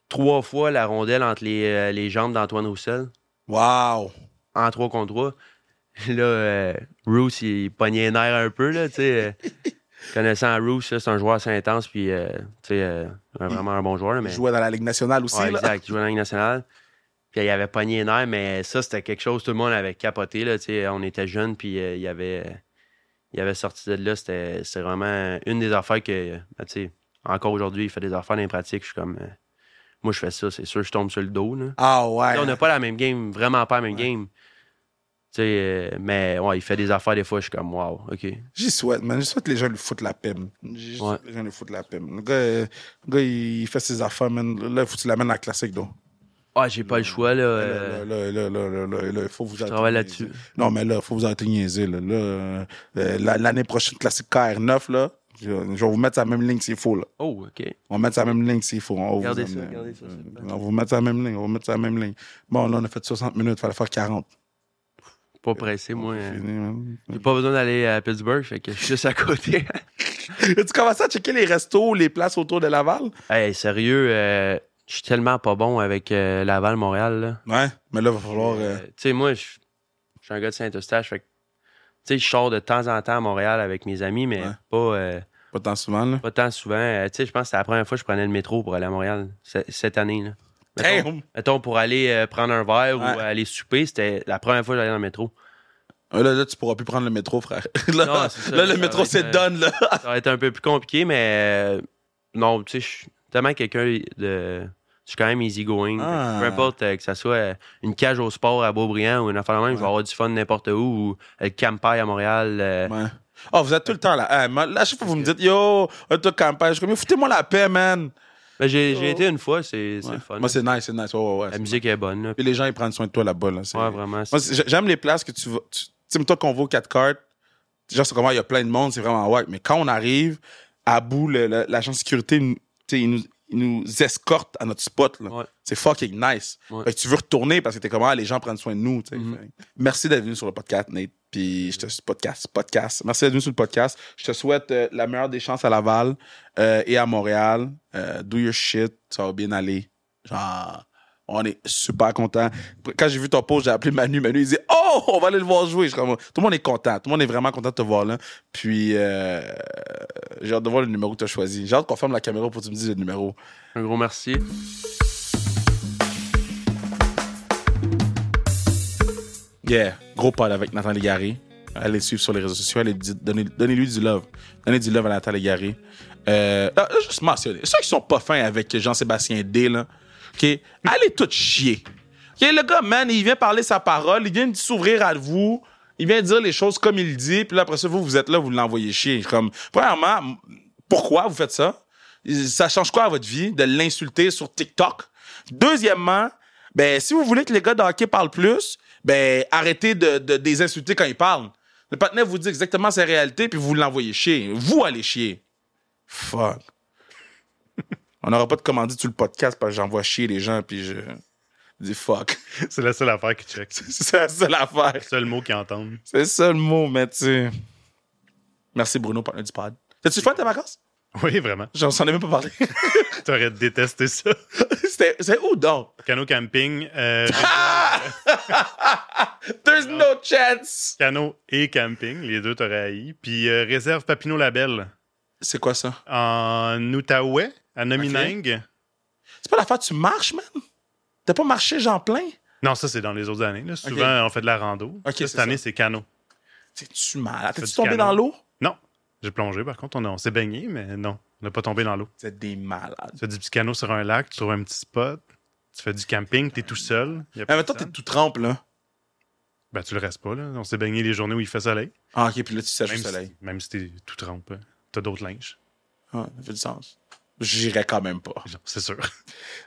trois fois la rondelle entre les, euh, les jambes d'Antoine Roussel
Wow!
en 3 contre 3. Là, euh, Roos, il pognait les nerfs un peu, là, tu sais. euh, connaissant Roos, là, c'est un joueur assez intense, puis, euh, tu sais, euh, un- vraiment un bon joueur, là, mais...
Il jouait dans la Ligue nationale aussi,
Ouais,
là.
exact, il jouait dans la Ligue nationale. Puis il avait pogné les nerfs, mais ça, c'était quelque chose, tout le monde avait capoté, là, tu sais. On était jeunes, puis euh, il avait... Il avait sorti de là, c'était c'est vraiment une des affaires que, euh, tu sais, encore aujourd'hui, il fait des affaires dans les pratiques, je suis comme... euh, moi, je fais ça, c'est sûr, je tombe sur le dos, là.
Ah ouais.
Là, on n'a pas la même game, vraiment pas la même
Ouais.
game. Tu sais, euh, mais ouais, il fait des affaires des fois, je suis comme, wow, OK.
J'y souhaite, man. J'y souhaite que les gens lui foutent la paix. man. J'y souhaite
Ouais.
que les gens lui foutent la paix. man. Le gars, euh, le gars, il fait ses affaires, man. Là, il faut que tu l'amènes à la classique, donc.
Ah, j'ai pas le choix, là. euh,
Là, là, là, là, là, là, là, il faut vous
je
arrêter
travaille
de
là-dessus.
niaiser. Non, mais là, il faut vous arrêter de niaiser, là. Là, euh, euh, la- L'année prochaine, classique KR9, là. Je, je vais vous mettre sur la même ligne s'il faut, là.
Oh, OK.
On va mettre sur la même ligne s'il faut. On va
Gardez
vous
ça,
amener.
gardez ça, s'il vous plaît.
On va vous mettre sur la même ligne. On va vous mettre sur la même ligne. Bon, là, on a fait 60 minutes. Il fallait faire 40.
Pas pressé, moi. euh,
Fini, man.
J'ai pas besoin d'aller à Pittsburgh, fait que je suis juste à côté.
tu commences à checker les restos, les places autour de Laval?
hey, sérieux, euh, je suis tellement pas bon avec euh, Laval, Montréal, là.
Ouais, mais là, il va falloir. euh,
Euh, tu sais, moi, je je suis un gars de Saint-Eustache, fait que, tu sais, je sors de temps en temps à Montréal avec mes amis, mais
Ouais.
pas... euh,
Pas tant souvent, là.
Pas tant souvent. Euh, tu sais, je pense que c'était la première fois que je prenais le métro pour aller à Montréal ce- cette année. Là. Mettons,
Damn!
mettons, pour aller euh, prendre un verre
Ouais.
ou aller souper, c'était la première fois que j'allais dans le métro.
Ah, Là, là, tu pourras plus prendre le métro, frère. Là,
Non, c'est ça, ça
là, le
va
métro,
être,
c'est
euh,
done, là.
Ça aurait été un peu plus compliqué, mais euh, non, tu sais, je suis tellement quelqu'un de. Je suis quand même easygoing.
Ah.
Peu importe euh, que ça soit euh, une cage au sport à Beaubriand ou une affaire de même, je vais
Ouais.
avoir du fun n'importe où ou euh, le campagne à Montréal. euh,
Ouais. Oh, vous êtes tout le temps là. Hey, man, là, à chaque fois, vous me dites, yo, un truc campagne. Je suis comme, Mais foutez-moi la paix, man.
ben, j'ai
Oh.
j'ai été une fois, c'est c'est
Ouais.
le fun.
Moi, c'est nice, c'est nice. Ouais, ouais, ouais.
la
c'est
musique est bonne. là.
nice. Puis les gens, ils prennent soin de toi là-bas. Là. C'est-
Ouais, vraiment. c'est-
Moi, c'est- j'ai- j'aime les places que tu vas. Tu tu sais, toi, qu'on va aux quatre cartes, genre, c'est comment il y a plein de monde, c'est vraiment wack. Mais quand on arrive, à bout, le- le- l'agent de sécurité, nous- tu sais, il nous, il nous escorte à notre spot. là.
Ouais.
C'est fucking nice.
Ouais.
Fait que tu veux retourner parce que t'es comment les gens prennent soin de nous. tu sais.
Mhm.
Fait que Merci d'être venu sur le podcast, Nate. Puis je te podcast, podcast. Merci d'être venu sur le podcast. Je te souhaite euh, la meilleure des chances à Laval euh, et à Montréal. Euh, do your shit, ça va bien aller. Genre, on est super content. Quand j'ai vu ton post, j'ai appelé Manu. Manu, il dit Oh, on va aller le voir jouer. Je suis comme, tout le monde est content. Tout le monde est vraiment content de te voir là. Puis euh, j'ai hâte de voir le numéro que tu as choisi. J'ai hâte qu'on ferme la caméra pour que tu me dises le numéro.
Un gros merci.
Yeah, gros pod avec Nathan Légaré. Allez le suivre sur les réseaux sociaux. Allez, di- donnez- donnez-lui du love. Donnez du love à Nathan Légaré. Euh, ah, là, juste mentionner. Ceux qui sont pas fins avec Jean-Sébastien D, là, OK, allez tout chier. OK, le gars, man, il vient parler sa parole, il vient de s'ouvrir à vous, il vient dire les choses comme il dit, puis là, après ça, vous, vous êtes là, vous l'envoyez chier. Comme, premièrement, m- pourquoi vous faites ça? Ça change quoi à votre vie de l'insulter sur TikTok? Deuxièmement, ben, si vous voulez que les gars de hockey parlent plus, ben, arrêtez de, de, de les insulter quand ils parlent. Le partenaire vous dit exactement ses réalités, puis vous l'envoyez chier. Vous allez chier. Fuck. On n'aura pas de commandite sur le podcast parce que j'envoie chier les gens, puis je dis fuck.
C'est la seule affaire qui check. C'est
C'est ça la seule affaire.
le seul mot qu'ils entendent.
C'est ça le mot, mais tu sais. Merci Bruno, partenaire du pod. T'as-tu fun de tes vacances?
Oui, vraiment.
J'en j'en ai même pas parlé.
T'aurais détesté ça.
C'était c'est où donc?
Canot camping, euh,
There's no chance!
canot et camping, les deux t'aurais haï. Puis euh, réserve Papineau Label
C'est quoi ça?
en Outaouais, à Nomineng.
C'est pas l'affaire, tu marches, man? T'as pas marché, Jean plein?
Non, ça, c'est dans les autres années. là. Souvent, on fait de la rando.
Ok,
Ça,
c'est
cette année,
ça.
c'est canot.
T'es-tu malade?
Fais
T'es-tu
du
tombé
canot.
dans l'eau?
Non, j'ai plongé, par contre. On, a- on s'est baigné, mais non, on n'a pas tombé dans l'eau.
Vous êtes des malades.
Tu fais du petit canot sur un lac, tu trouves un petit spot, tu fais du camping, t'es tout seul. y a
Ah, Mais toi, t'es
personne.
tout trempe, là.
Ben, tu le restes pas, là. On s'est baigné les journées où il fait soleil.
Ah, ok, puis là, tu sèches
Même
au soleil.
Si, même si t'es tout trempe, hein. t'as d'autres linges.
Ah, ça fait du sens. J'irai quand même pas.
Genre, C'est sûr.
Euh,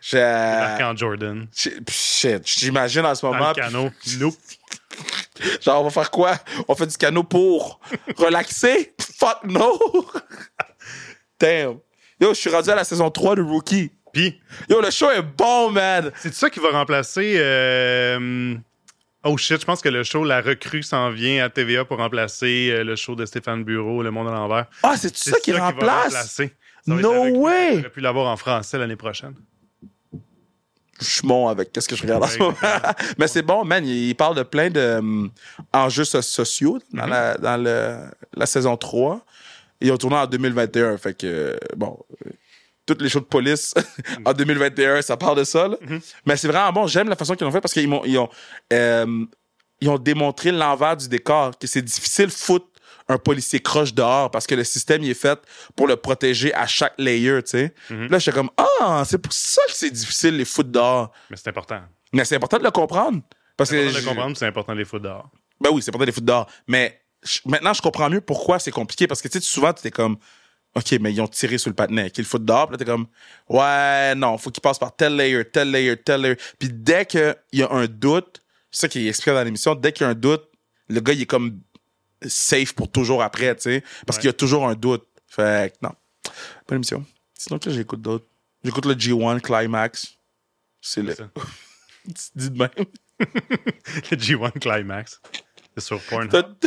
Je...
Marc en Jordan,
Je- Shit, j'imagine en ce
dans
moment.
le canot. Nope.
puis- Genre, on va faire quoi? On fait du canot pour relaxer? Fuck no! Damn. Yo, je suis rendu à la saison 3 de Rookie.
Puis,
Yo, le show est bon, man!
c'est ça qui va remplacer. euh, Oh shit, je pense que le show La Recrue s'en vient à TVA pour remplacer euh, le show de Stéphane Bureau, Le Monde à l'envers.
Ah, c'est tout ça qui
va
remplace?
remplacer. Ça va être La
No
Recrue.
way!
J'aurais pu l'avoir en français l'année prochaine.
je suis bon avec qu'est-ce que je regarde en ce
Ouais,
moment. Mais c'est bon, man. Il, il parle de plein de hum, enjeux so- sociaux dans, la, dans le- la saison 3. Ils ont tourné en 2021. Fait que, euh, bon, euh, toutes les shows de police en 2021, ça parle de ça. là. Mais c'est vraiment bon. J'aime la façon qu'ils l'ont fait parce qu'ils m'ont- ils ont, euh, ils ont démontré l'envers du décor, que c'est difficile de foutre un policier croche dehors parce que le système il est fait pour le protéger à chaque layer, tu sais. Là, j'étais comme, ah, c'est pour ça que c'est difficile les foutre dehors.
Mais c'est important.
Mais c'est important de le comprendre. Parce
C'est
que
important de
je-
comprendre, c'est important de les foutre dehors.
Ben oui, c'est important de les foutre dehors. Mais je- maintenant, je comprends mieux pourquoi c'est compliqué. Parce que tu sais, souvent, tu es comme, OK, mais ils ont tiré sur le patinet, qu'ils le foutent dehors. Puis là, t'es comme, ouais, non, faut qu'ils passent par tel layer, tel layer, tel layer. Puis dès qu'il y a un doute, c'est ça qu'il explique dans l'émission, dès qu'il y a un doute, le gars, il est comme safe pour toujours après, tu sais. Parce
Ouais.
qu'il y a toujours un doute. Fait que non. Pas l'émission. Sinon, que j'écoute d'autres. J'écoute le G1 Climax. C'est le.
C'est ça.
Dis de même.
Le G1 Climax. C'est sur
T'as-
Pornhub.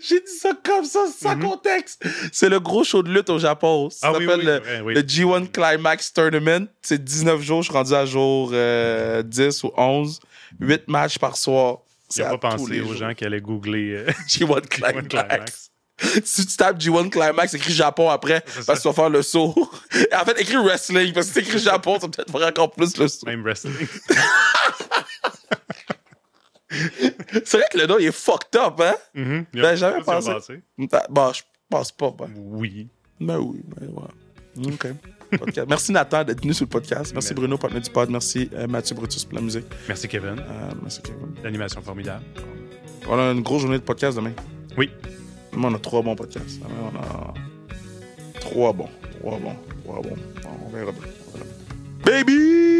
J'ai dit ça comme ça, sans contexte. C'est le gros show de lutte au Japon. Ça
Mhm. Ah oui,
s'appelle
oui,
le,
c'est vrai, oui.
le G1 Climax Tournament. C'est 19 jours, je suis rendu à jour euh, 10 ou 11. 8 matchs par soir.
Ils
C'est
n'ont
à
pas
tous
pensé
les
aux
jours.
gens qui allaient googler euh,
G1
G1
Climax.
Climax.
si tu tapes G1 Climax, écris Japon après, parce que tu vas faire le saut. en fait, écris Wrestling, parce que si t'écris Japon, ça va peut-être faire encore plus le saut.
Même wrestling.
C'est vrai que le nom, il est fucked up, hein?
Mhm. Ils
Ben,
ont-
j'avais
ils ont
pensé.
pensé.
Bah, je pense pas, ben.
Oui.
Ben oui, ben voilà. OK. Podcast. Merci Nathan d'être venu sur le podcast. Merci
Mais-
Bruno, partenaire du pod. Merci euh, Mathieu Brutus pour la musique.
Merci, Kevin.
Euh, merci Kevin.
L'animation formidable.
On a une grosse journée de podcast demain.
Oui.
Demain, on a trois bons podcasts. Demain, on a trois bons. Trois bons. Trois bons. Bon, on verra bien. On verra bien. Baby!